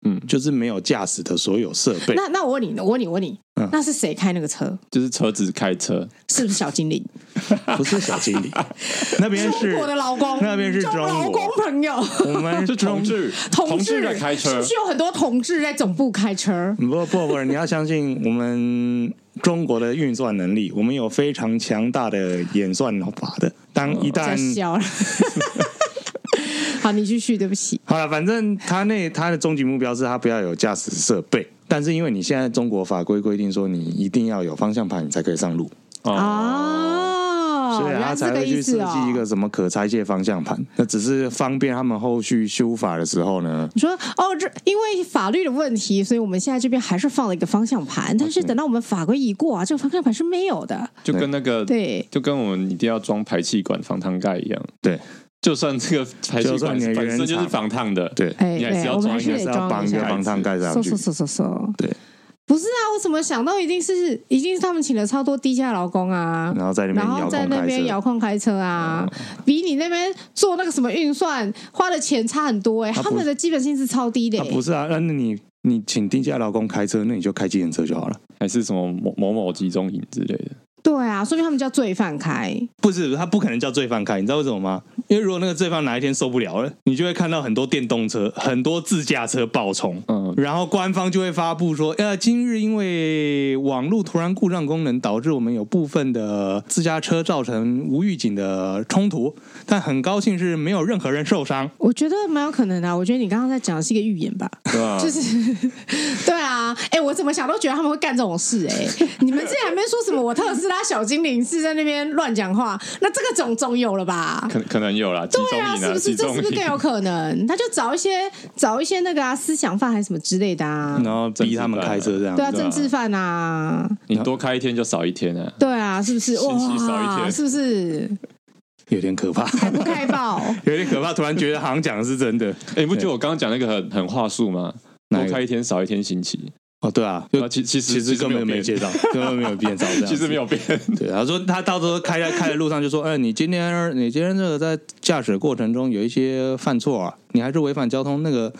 [SPEAKER 2] 嗯
[SPEAKER 3] 就是没有驾驶的所有设备。
[SPEAKER 1] 那那我问你，我问你，我问你，
[SPEAKER 3] 嗯
[SPEAKER 1] 那是谁开那个车？
[SPEAKER 2] 就是车子开车，
[SPEAKER 1] 是不是小精灵？
[SPEAKER 3] 不是小经理，那边
[SPEAKER 1] 中
[SPEAKER 3] 是
[SPEAKER 1] 国的劳工，
[SPEAKER 3] 那边是
[SPEAKER 1] 中
[SPEAKER 3] 中
[SPEAKER 1] 劳工
[SPEAKER 3] 国，
[SPEAKER 1] 朋友。
[SPEAKER 3] 我们
[SPEAKER 2] 是同志，
[SPEAKER 1] 同
[SPEAKER 2] 志
[SPEAKER 1] 志
[SPEAKER 2] 在开
[SPEAKER 1] 是
[SPEAKER 2] 车
[SPEAKER 1] 不，是有很多同志在总部开车？
[SPEAKER 3] 不不不，你要相信我们中国的运算能力，我们有非常强大的演算法的。当一
[SPEAKER 1] 在
[SPEAKER 3] 旦
[SPEAKER 1] 笑 了。好，你继续，对不起。
[SPEAKER 3] 好了，反正他那他的终极目标是他不要有驾驶设备，但是因为你现在中国法规规定说你一定要有方向盘你才可以上路，
[SPEAKER 1] 哦，
[SPEAKER 3] 所以
[SPEAKER 1] 原
[SPEAKER 3] 啊他
[SPEAKER 1] 来是
[SPEAKER 3] 才
[SPEAKER 1] 这个
[SPEAKER 3] 会
[SPEAKER 1] 意
[SPEAKER 3] 去
[SPEAKER 1] 思
[SPEAKER 3] 设
[SPEAKER 1] 哦
[SPEAKER 3] 计一。个什么可拆卸方向盘。那只是方便他们后续修法的时候呢，
[SPEAKER 1] 你说哦，这因为法律的问题，所以我们现在这边还是放了一个方向
[SPEAKER 3] 哦
[SPEAKER 1] 盘，但是等到我们法规一过啊，这个方向盘是没有的。
[SPEAKER 2] 就跟那
[SPEAKER 3] 呃
[SPEAKER 2] 个
[SPEAKER 1] 对，
[SPEAKER 2] 就跟我们一定要装排气管防烫盖一样，
[SPEAKER 3] 对
[SPEAKER 2] 就算这个排气
[SPEAKER 3] 就算
[SPEAKER 2] 管
[SPEAKER 3] 你的
[SPEAKER 2] 本
[SPEAKER 3] 原
[SPEAKER 2] 身就是
[SPEAKER 3] 厂
[SPEAKER 2] 防烫的，
[SPEAKER 3] 对，
[SPEAKER 1] 哎，
[SPEAKER 2] 你还是
[SPEAKER 1] 对，
[SPEAKER 2] 要
[SPEAKER 1] 我们
[SPEAKER 2] 装
[SPEAKER 1] 还
[SPEAKER 2] 一
[SPEAKER 1] 是
[SPEAKER 2] 个
[SPEAKER 1] 得
[SPEAKER 3] 是要
[SPEAKER 1] 装
[SPEAKER 3] 绑
[SPEAKER 1] 一
[SPEAKER 3] 一个
[SPEAKER 1] 下。
[SPEAKER 3] 防烫盖上
[SPEAKER 1] 嗖
[SPEAKER 3] 去
[SPEAKER 1] 嗖。嗖嗖嗖！
[SPEAKER 3] 对，
[SPEAKER 1] 不是啊，我怎么想到一定是一定是他们请了超多低价劳工啊，
[SPEAKER 3] 然后在那边
[SPEAKER 1] 然后
[SPEAKER 3] 遥
[SPEAKER 1] 在
[SPEAKER 3] 控
[SPEAKER 1] 那
[SPEAKER 3] 开
[SPEAKER 1] 边遥
[SPEAKER 3] 车。嗯
[SPEAKER 1] 控开车啊，比你那边做那个什么运算花的钱差很多哎、
[SPEAKER 3] 啊不
[SPEAKER 1] 他们的基本薪资超低的、
[SPEAKER 3] 啊，
[SPEAKER 1] 欸
[SPEAKER 3] 不是啊，那你你请定价老公开车，那你就开计程车就好了。
[SPEAKER 2] 还是什么某某某集中营之类的。
[SPEAKER 1] 对啊，说明他们叫罪犯开。
[SPEAKER 3] 不是，他不可能叫罪犯开，你知道为什么吗？因为如果那个罪犯哪一天受不了了，你就会看到很多电动车、很多自驾车爆冲，
[SPEAKER 2] 嗯，
[SPEAKER 3] 然后官方就会发布说，呃，今日因为网络突然故障功能，导致我们有部分的自家车造成无预警的冲突，但很高兴是没有任何人受伤。
[SPEAKER 1] 我觉得蛮有可能的啊、我觉得你刚刚在讲的是一个预言吧，
[SPEAKER 2] 对
[SPEAKER 3] 啊
[SPEAKER 2] 吧？
[SPEAKER 1] 就是对啊，哎、我怎么想都觉得他们会干这种事哎、 你们之前还没说什么我特斯拉小精灵是在那边乱讲话，那这个总总有了吧？
[SPEAKER 2] 可可能有啦，集中
[SPEAKER 1] 对
[SPEAKER 2] 营
[SPEAKER 1] 啊，是不
[SPEAKER 2] 集
[SPEAKER 1] 是？这
[SPEAKER 2] 中
[SPEAKER 1] 是不是更
[SPEAKER 2] 营。
[SPEAKER 1] 有可能？他就找一些找一些那个啊思想犯还是什么之类的啊，
[SPEAKER 3] 然后逼他们开车这样
[SPEAKER 1] 对啊，
[SPEAKER 3] 子，
[SPEAKER 1] 政治犯啊，
[SPEAKER 2] 你多开一天就少一天啊！
[SPEAKER 1] 对啊，是不是？
[SPEAKER 2] 信息少一
[SPEAKER 1] 哇，
[SPEAKER 2] 天
[SPEAKER 1] 是不是
[SPEAKER 3] 有点可怕，
[SPEAKER 1] 不开爆？
[SPEAKER 3] 有点可怕。突然觉得好像讲的是真的。
[SPEAKER 2] 哎、你不觉得我刚刚讲那个很很话术吗？
[SPEAKER 3] 哪
[SPEAKER 2] 多
[SPEAKER 3] 一个
[SPEAKER 2] 开一天少一天星期，
[SPEAKER 3] 哦，对啊，
[SPEAKER 2] 啊
[SPEAKER 3] 就
[SPEAKER 2] 其其实
[SPEAKER 3] 其实
[SPEAKER 2] 其实
[SPEAKER 3] 根
[SPEAKER 2] 没
[SPEAKER 3] 本
[SPEAKER 2] 有
[SPEAKER 3] 没
[SPEAKER 2] 变
[SPEAKER 3] 接到， 根本没有变少这样。
[SPEAKER 2] 其实没有变。
[SPEAKER 3] 对，他说他到时候开在开的路上就说，哎，你今天你今天这个在驾驶过程中有一些犯错啊，你还是违反交通那个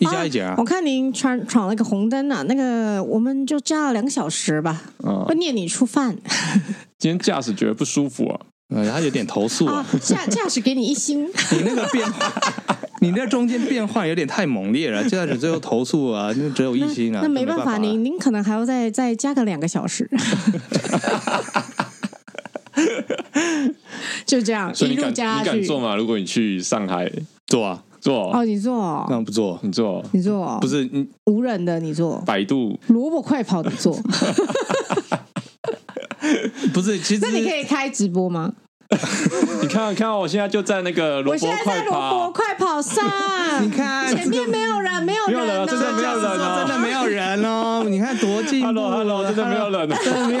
[SPEAKER 3] 一加一减啊
[SPEAKER 1] 我。看您闯闯了个红灯啊，那个我们就加了两个小时吧，
[SPEAKER 2] 啊、
[SPEAKER 1] 会念你初犯
[SPEAKER 2] 今天驾驶觉得不舒服啊，
[SPEAKER 3] 呃，他有点投诉
[SPEAKER 1] 啊
[SPEAKER 3] 啊，，
[SPEAKER 1] 驾驾驶给你一星，
[SPEAKER 3] 你那个变，你那中间变换有点太猛烈了，驾驶最后投诉啊，就只有一星啊，
[SPEAKER 1] 那没
[SPEAKER 3] 没
[SPEAKER 1] 办
[SPEAKER 3] 法
[SPEAKER 1] 法，
[SPEAKER 3] 啊
[SPEAKER 1] 您您可能还要再再加个两个小时。 就这样
[SPEAKER 2] 所以
[SPEAKER 1] 一
[SPEAKER 2] 你
[SPEAKER 1] 路
[SPEAKER 2] 敢
[SPEAKER 1] 加
[SPEAKER 2] 你
[SPEAKER 1] 下
[SPEAKER 2] 敢
[SPEAKER 1] 去。
[SPEAKER 2] 做吗？如果你去上海
[SPEAKER 3] 做啊，
[SPEAKER 2] 做，
[SPEAKER 1] 哦，你做哦，
[SPEAKER 3] 那不做，
[SPEAKER 2] 你做
[SPEAKER 1] 你做哦
[SPEAKER 3] 不是你
[SPEAKER 1] 无人的，你做
[SPEAKER 2] 百度
[SPEAKER 1] 萝卜快跑，你做。
[SPEAKER 3] 不是，其实
[SPEAKER 1] 那你可以开直播吗？
[SPEAKER 2] 你看，看，我现在就在那个萝
[SPEAKER 1] 我
[SPEAKER 2] 卜
[SPEAKER 1] 现在
[SPEAKER 2] 快
[SPEAKER 1] 在萝卜
[SPEAKER 2] 跑，
[SPEAKER 1] 快跑上，
[SPEAKER 3] 你看
[SPEAKER 1] 前面没有人，没有
[SPEAKER 2] 没有人
[SPEAKER 1] 人哦，
[SPEAKER 2] 真的没有人哦
[SPEAKER 3] 真的没有人哦，你看多进步
[SPEAKER 2] Hello，Hello，真的没有人哦
[SPEAKER 3] Hello，真的没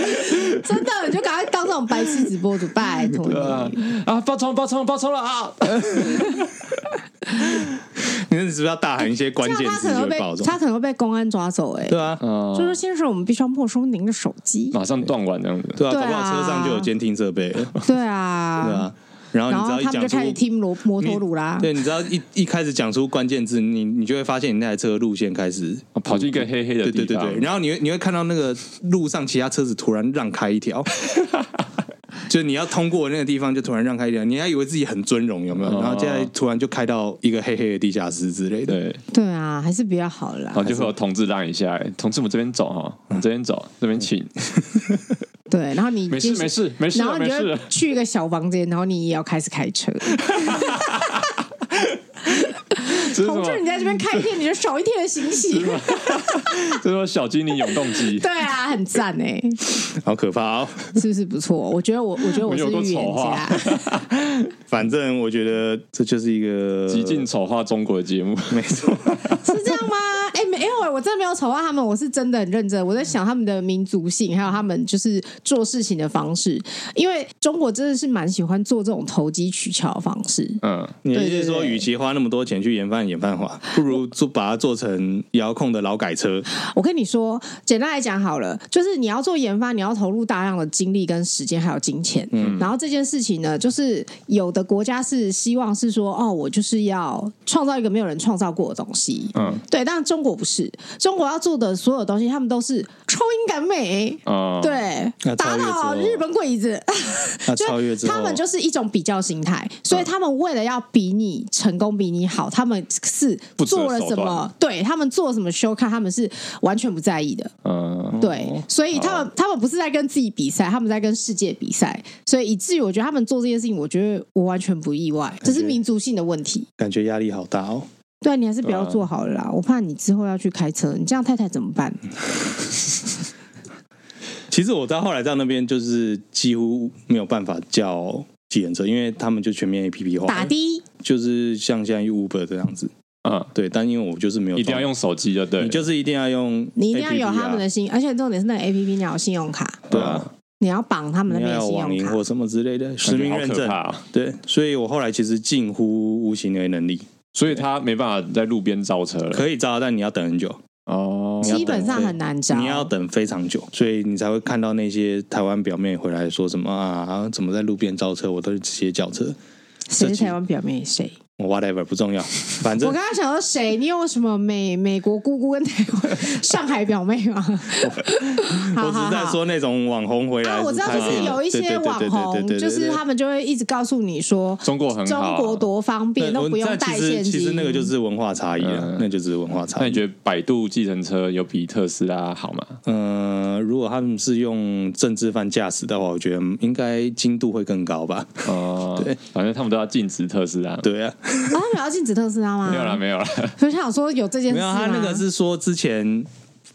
[SPEAKER 3] 有，
[SPEAKER 1] 真的，你就赶快当这种白痴直播主，拜托你。
[SPEAKER 2] 啊 啊！爆冲，爆冲，爆冲了啊！
[SPEAKER 3] 你是不是要大喊一些关
[SPEAKER 1] 这
[SPEAKER 3] 键
[SPEAKER 1] 样他
[SPEAKER 3] 词
[SPEAKER 1] 可
[SPEAKER 3] 就
[SPEAKER 1] 能
[SPEAKER 3] 会
[SPEAKER 1] 会
[SPEAKER 3] 暴
[SPEAKER 1] 被
[SPEAKER 3] 走？
[SPEAKER 1] 他可能会被公安抓走、欸，哎、
[SPEAKER 3] 对啊，
[SPEAKER 2] 嗯
[SPEAKER 1] 所以说先生，我们必须要没收您的手 机。
[SPEAKER 2] 马上断完这样子。
[SPEAKER 3] 对啊，
[SPEAKER 1] 对
[SPEAKER 3] 搞
[SPEAKER 1] 啊
[SPEAKER 3] 不好车上就有监听设备了，
[SPEAKER 1] 对啊，
[SPEAKER 3] 对啊，然后
[SPEAKER 1] 然
[SPEAKER 3] 你只
[SPEAKER 1] 后
[SPEAKER 3] 要一
[SPEAKER 1] 他们
[SPEAKER 3] 讲
[SPEAKER 1] 就
[SPEAKER 3] 出
[SPEAKER 1] 开始听摩摩
[SPEAKER 3] 你
[SPEAKER 1] 托鲁啦。
[SPEAKER 3] 对，你只要一 一开始讲出关键字，你你就会发现你那台车的路线开始，
[SPEAKER 2] 我哦跑去一个黑黑的
[SPEAKER 3] 对
[SPEAKER 2] 地
[SPEAKER 3] 对对
[SPEAKER 2] 方，
[SPEAKER 3] 对，然后你会你会看到那个路上其他车子突然让开一条。 就你要通过那个地方，就突然让开一条，你还以为自己很尊荣，有没有？
[SPEAKER 2] 哦
[SPEAKER 3] 然后现在突然就开到一个黑黑的地下室之类的。
[SPEAKER 2] 对，
[SPEAKER 1] 对啊，还是比较好啦
[SPEAKER 2] 然。后就会有同志让一下，哎同志我们这边走哈，我们这边走，这边请，
[SPEAKER 1] 对，然后你
[SPEAKER 2] 没事
[SPEAKER 1] 接
[SPEAKER 2] 没事没事
[SPEAKER 1] 然
[SPEAKER 2] 啊
[SPEAKER 1] 后你
[SPEAKER 2] 没事
[SPEAKER 1] 就
[SPEAKER 2] 啊，
[SPEAKER 1] 去一个小房间，然后你也要开始开车。
[SPEAKER 2] 这是什
[SPEAKER 1] 同
[SPEAKER 2] 么？
[SPEAKER 1] 志，你在这边开店，你就少一天的 行洗。
[SPEAKER 2] 这是什么小精灵永动机？
[SPEAKER 1] 对啊，很赞哎、
[SPEAKER 3] 好可怕哦！
[SPEAKER 1] 是不是不错？我觉得我，我觉得
[SPEAKER 2] 我
[SPEAKER 1] 我
[SPEAKER 2] 有
[SPEAKER 1] 是
[SPEAKER 2] 够
[SPEAKER 1] 预
[SPEAKER 2] 丑啊
[SPEAKER 1] 言
[SPEAKER 2] 化
[SPEAKER 1] 家。
[SPEAKER 3] 反正我觉得这就是一个
[SPEAKER 2] 极尽丑化中国的节目，
[SPEAKER 3] 没错，
[SPEAKER 1] 是这样吗？哎、没有、我真的没有丑化啊他们，我是真的很认真。我在想他们的民族性，还有他们就是做事情的方式，因为中国真的是蛮喜欢做这种投机取巧的方式。
[SPEAKER 2] 嗯，
[SPEAKER 3] 你的意思
[SPEAKER 1] 对
[SPEAKER 3] 是
[SPEAKER 1] 对
[SPEAKER 3] 说，
[SPEAKER 1] 对
[SPEAKER 3] 与其花那么多钱去研发研发化，不如就把它做成遥控的劳改车？
[SPEAKER 1] 我跟你说，简单来讲好了，就是你要做研发，你要投入大量的精力、跟时间还有金钱。嗯，然后这件事情呢，就是有的国家是希望是说，哦，我就是要创造一个没有人创造过的东西。
[SPEAKER 2] 嗯，
[SPEAKER 1] 对，但中国不是，中国要做的所有东西，他们都是超英赶美。
[SPEAKER 2] 啊，
[SPEAKER 1] 对
[SPEAKER 3] 哦那，超
[SPEAKER 1] 打
[SPEAKER 3] 越之
[SPEAKER 1] 倒
[SPEAKER 3] 后
[SPEAKER 1] 日本鬼子，
[SPEAKER 3] 那
[SPEAKER 1] 就
[SPEAKER 3] 超越之后，
[SPEAKER 1] 他们就是一种比较心态，所以他们为了要比你成功、比你好，他们是
[SPEAKER 2] 不择
[SPEAKER 1] 做了
[SPEAKER 2] 手
[SPEAKER 1] 什么
[SPEAKER 2] 段？
[SPEAKER 1] 对他们做了什么修看，他们是完全不在意的。
[SPEAKER 2] 嗯，
[SPEAKER 3] 哦
[SPEAKER 1] 对，所以他们
[SPEAKER 3] 啊
[SPEAKER 1] 他们不是在跟自己比赛，他们在跟世界比赛，所以以至于我觉得他们做这件事情，我觉得我完全不意外，这是民族性的问题。
[SPEAKER 3] 感觉压力好大哦。
[SPEAKER 1] 对你还是不要
[SPEAKER 2] 对啊
[SPEAKER 1] 做好了啦，我怕你之后要去开车，你这样太太怎么办？
[SPEAKER 3] 其实我到后来到那边就是几乎没有办法叫计程车，因为他们就全面 A P P 化，
[SPEAKER 1] 打的，
[SPEAKER 3] 就是像现在 Uber 这样子。
[SPEAKER 2] 嗯，
[SPEAKER 3] 对，但因为我就是没有，
[SPEAKER 2] 一定要，用手机的，对，
[SPEAKER 3] 你就是一定要用 APP 啊、
[SPEAKER 1] 你一定要有他们的信，而且重点是那个 A P P 你要有信用卡，
[SPEAKER 3] 对啊，
[SPEAKER 1] 你要绑他们那
[SPEAKER 3] 你
[SPEAKER 1] 边
[SPEAKER 3] 要
[SPEAKER 1] 的
[SPEAKER 3] 有
[SPEAKER 1] 信
[SPEAKER 3] 网
[SPEAKER 1] 用
[SPEAKER 3] 银
[SPEAKER 1] 卡。
[SPEAKER 3] 或什么之类的实
[SPEAKER 2] 感觉
[SPEAKER 3] 名
[SPEAKER 2] 好
[SPEAKER 3] 认
[SPEAKER 2] 可
[SPEAKER 3] 证。
[SPEAKER 2] 怕啊。
[SPEAKER 3] 对，所以我后来其实近乎无行为能力，
[SPEAKER 2] 所以他没办法在路边招车了。
[SPEAKER 3] 可以招，但你要等很久，
[SPEAKER 2] 哦，
[SPEAKER 3] 你要
[SPEAKER 1] 基本
[SPEAKER 3] 等
[SPEAKER 1] 上
[SPEAKER 3] 对
[SPEAKER 1] 很难招
[SPEAKER 3] 你要等非常久，所以你才会看到那些台湾表妹回来说什么啊，怎么在路边招车，我都是直接叫车
[SPEAKER 1] 谁
[SPEAKER 3] 这
[SPEAKER 1] 是
[SPEAKER 3] 其
[SPEAKER 1] 台湾表妹？谁？
[SPEAKER 3] 我，whatever 不 重要，反
[SPEAKER 1] 我
[SPEAKER 3] 正
[SPEAKER 1] 刚刚想到谁？你有什么美美国姑姑跟台 湾上海表妹吗？好
[SPEAKER 3] 我只
[SPEAKER 1] 好
[SPEAKER 3] 是在
[SPEAKER 1] 好
[SPEAKER 3] 说那种网红回来
[SPEAKER 1] 啊，我
[SPEAKER 3] 拍片的，
[SPEAKER 1] 知道，就是有一些网红，
[SPEAKER 3] 对对对对对对对对
[SPEAKER 1] 就是他们就会一直告诉你说，
[SPEAKER 2] 中国很
[SPEAKER 1] 中
[SPEAKER 2] 好，啊
[SPEAKER 1] 国多方便，
[SPEAKER 3] 对
[SPEAKER 1] 都
[SPEAKER 3] 我
[SPEAKER 1] 不用
[SPEAKER 3] 但
[SPEAKER 1] 带
[SPEAKER 3] 其
[SPEAKER 1] 现
[SPEAKER 3] 实
[SPEAKER 1] 金。
[SPEAKER 3] 其实那个就是文化差异了
[SPEAKER 2] 嗯，
[SPEAKER 3] 那就是文化差
[SPEAKER 2] 那你
[SPEAKER 3] 异。啊
[SPEAKER 2] 觉得百度计程车有比特斯拉好吗？
[SPEAKER 3] 嗯，如果他们是用政治犯驾驶的话，我觉得应该精度会更高 吧？
[SPEAKER 2] 哦、
[SPEAKER 3] 对
[SPEAKER 2] 反正他们都要禁止特斯拉。
[SPEAKER 3] 对啊，
[SPEAKER 1] 啊，他们要禁止特斯拉吗？
[SPEAKER 2] 没有啦，没有啦，
[SPEAKER 1] 所以他想说有这件
[SPEAKER 3] 没
[SPEAKER 1] 事
[SPEAKER 3] 有
[SPEAKER 1] 吗？
[SPEAKER 3] 他那个是啊说之前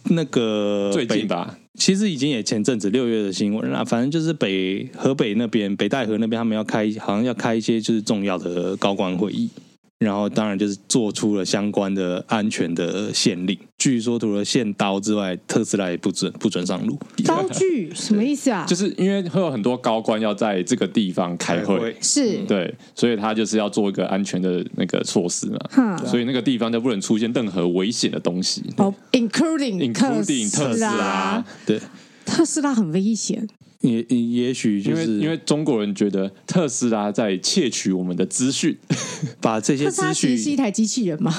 [SPEAKER 3] 那个
[SPEAKER 2] 最近
[SPEAKER 3] 呃北
[SPEAKER 2] 吧，
[SPEAKER 3] 其实已经也前阵子六月的新闻啦，反正就是北河北那边北戴河那边，他们要开好像要开一些就是重要的高官会议，然后当然就是做出了相关的安全的限令。据说除了限刀之外，特斯拉也不准不准上路
[SPEAKER 1] 刀具，什么意思啊？
[SPEAKER 2] 就是因为会有很多高官要在这个地方开会，。
[SPEAKER 1] 是，
[SPEAKER 2] 对，所以他就是要做一个安全的那个措施嘛，
[SPEAKER 1] 哈，
[SPEAKER 2] 所以那个地方就不能出现任何危险的东西。
[SPEAKER 1] 哦，including
[SPEAKER 2] including 特斯
[SPEAKER 1] 啊
[SPEAKER 2] 拉，，
[SPEAKER 3] 对，
[SPEAKER 1] 特斯拉很危险，
[SPEAKER 3] 也也也许就
[SPEAKER 2] 因为
[SPEAKER 3] 是
[SPEAKER 2] 因为中国人觉得特斯拉在窃取我们的资讯，
[SPEAKER 3] 把这些
[SPEAKER 1] 特斯拉
[SPEAKER 3] 资
[SPEAKER 1] 其实是一
[SPEAKER 3] 讯，
[SPEAKER 1] 台机器人嘛，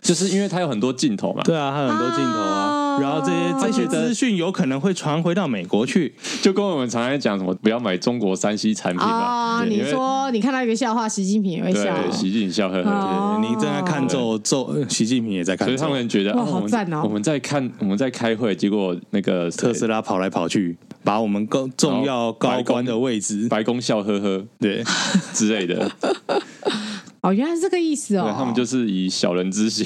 [SPEAKER 2] 就是因为它有很多镜头嘛，
[SPEAKER 3] 对啊，还有很多镜头啊，
[SPEAKER 1] 啊
[SPEAKER 3] 然后这些这些资讯有可能会传回到美国去，
[SPEAKER 2] 就跟我们常常讲什么不要买中国山西产品嘛，
[SPEAKER 1] 啊，
[SPEAKER 2] 对
[SPEAKER 1] 你
[SPEAKER 2] 因为
[SPEAKER 1] 说你看到一个笑话，习近平也会笑，
[SPEAKER 2] 对习近平笑呵呵。
[SPEAKER 1] 哦
[SPEAKER 3] 对你正在看咒咒，习近平也在看
[SPEAKER 2] 所
[SPEAKER 3] 咒，
[SPEAKER 2] 以他们觉得
[SPEAKER 1] 哇
[SPEAKER 2] 啊
[SPEAKER 1] 好
[SPEAKER 2] 我们
[SPEAKER 1] 赞哦
[SPEAKER 2] 我们在看我们在开会，结果那个谁呃
[SPEAKER 3] 特斯拉跑来跑去，把我们高重要高官的位置，
[SPEAKER 2] 白宫笑呵呵
[SPEAKER 3] 对
[SPEAKER 2] 之类的，
[SPEAKER 1] 哦，原来是这个意思
[SPEAKER 2] 对
[SPEAKER 1] 哦。
[SPEAKER 2] 他们就是以小人之心，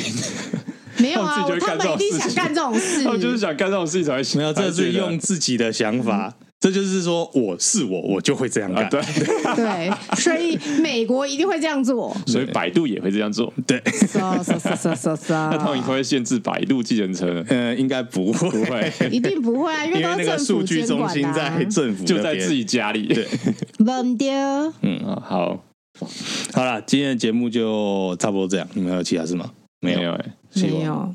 [SPEAKER 1] 嗯没有啊，
[SPEAKER 2] 他们自己就会
[SPEAKER 1] 他
[SPEAKER 2] 干这
[SPEAKER 1] 们一
[SPEAKER 2] 种事
[SPEAKER 1] 定
[SPEAKER 2] 情
[SPEAKER 1] 想干这种事，
[SPEAKER 2] 他们就是想干这种事情才会
[SPEAKER 3] 没有，这是用自己的想法，这就是说我是我，我就会这样
[SPEAKER 2] 啊，
[SPEAKER 3] 干。
[SPEAKER 2] 对，
[SPEAKER 1] 对，所以美国一定会这样做。
[SPEAKER 2] 所以百度也会这样做，
[SPEAKER 3] 对，
[SPEAKER 1] so so so so so
[SPEAKER 2] 那他们
[SPEAKER 1] so，
[SPEAKER 2] 会限制百度计程 车，
[SPEAKER 3] 呃，应该不会，
[SPEAKER 2] 不会，
[SPEAKER 1] 一定不会啊，因为
[SPEAKER 3] 因
[SPEAKER 1] 都是
[SPEAKER 3] 为那
[SPEAKER 1] 政
[SPEAKER 3] 个
[SPEAKER 1] 府
[SPEAKER 3] 数据
[SPEAKER 1] 监
[SPEAKER 3] 中
[SPEAKER 1] 管
[SPEAKER 3] 心
[SPEAKER 1] 啊
[SPEAKER 3] 在政府
[SPEAKER 2] 就
[SPEAKER 3] 那
[SPEAKER 2] 在
[SPEAKER 3] 边
[SPEAKER 2] 自。己家里，
[SPEAKER 3] 对，
[SPEAKER 1] 冷掉。
[SPEAKER 2] 嗯啊，好，
[SPEAKER 3] 好了，今天的节目就差不多这样。你们还有其他事吗？没有，
[SPEAKER 2] 有，哎，
[SPEAKER 3] 希望
[SPEAKER 1] 没有，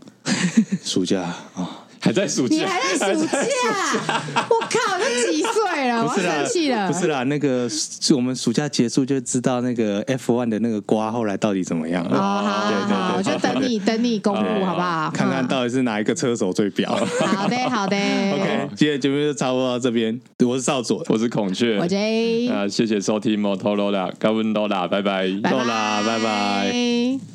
[SPEAKER 3] 暑假啊，
[SPEAKER 2] 还在暑
[SPEAKER 1] 你
[SPEAKER 2] 假，
[SPEAKER 1] 还 在暑假？我靠，都几岁了？我
[SPEAKER 3] 不是
[SPEAKER 1] 要
[SPEAKER 3] 啦
[SPEAKER 1] 啊生气，了。
[SPEAKER 3] 不是啦，那个是我们暑假结束就知道那个 F one 的那个瓜后来到底怎么样
[SPEAKER 1] 哦，
[SPEAKER 3] 了，
[SPEAKER 1] 好好
[SPEAKER 3] 嗯对对对
[SPEAKER 1] 好，我就
[SPEAKER 3] 对对
[SPEAKER 1] 等你等你公布
[SPEAKER 2] 对
[SPEAKER 1] 好不好？
[SPEAKER 3] 看看到底是哪一个车手最彪。
[SPEAKER 1] 嗯。好的好的 哦
[SPEAKER 3] OK，今天的节目就差不多到这边，我是少佐，
[SPEAKER 2] 我是孔雀
[SPEAKER 1] 我，J，
[SPEAKER 3] 呃
[SPEAKER 2] 那谢谢收听 Motorola，高温 Lola，拜拜，
[SPEAKER 1] 拜
[SPEAKER 3] 够啦拜拜
[SPEAKER 1] 拜。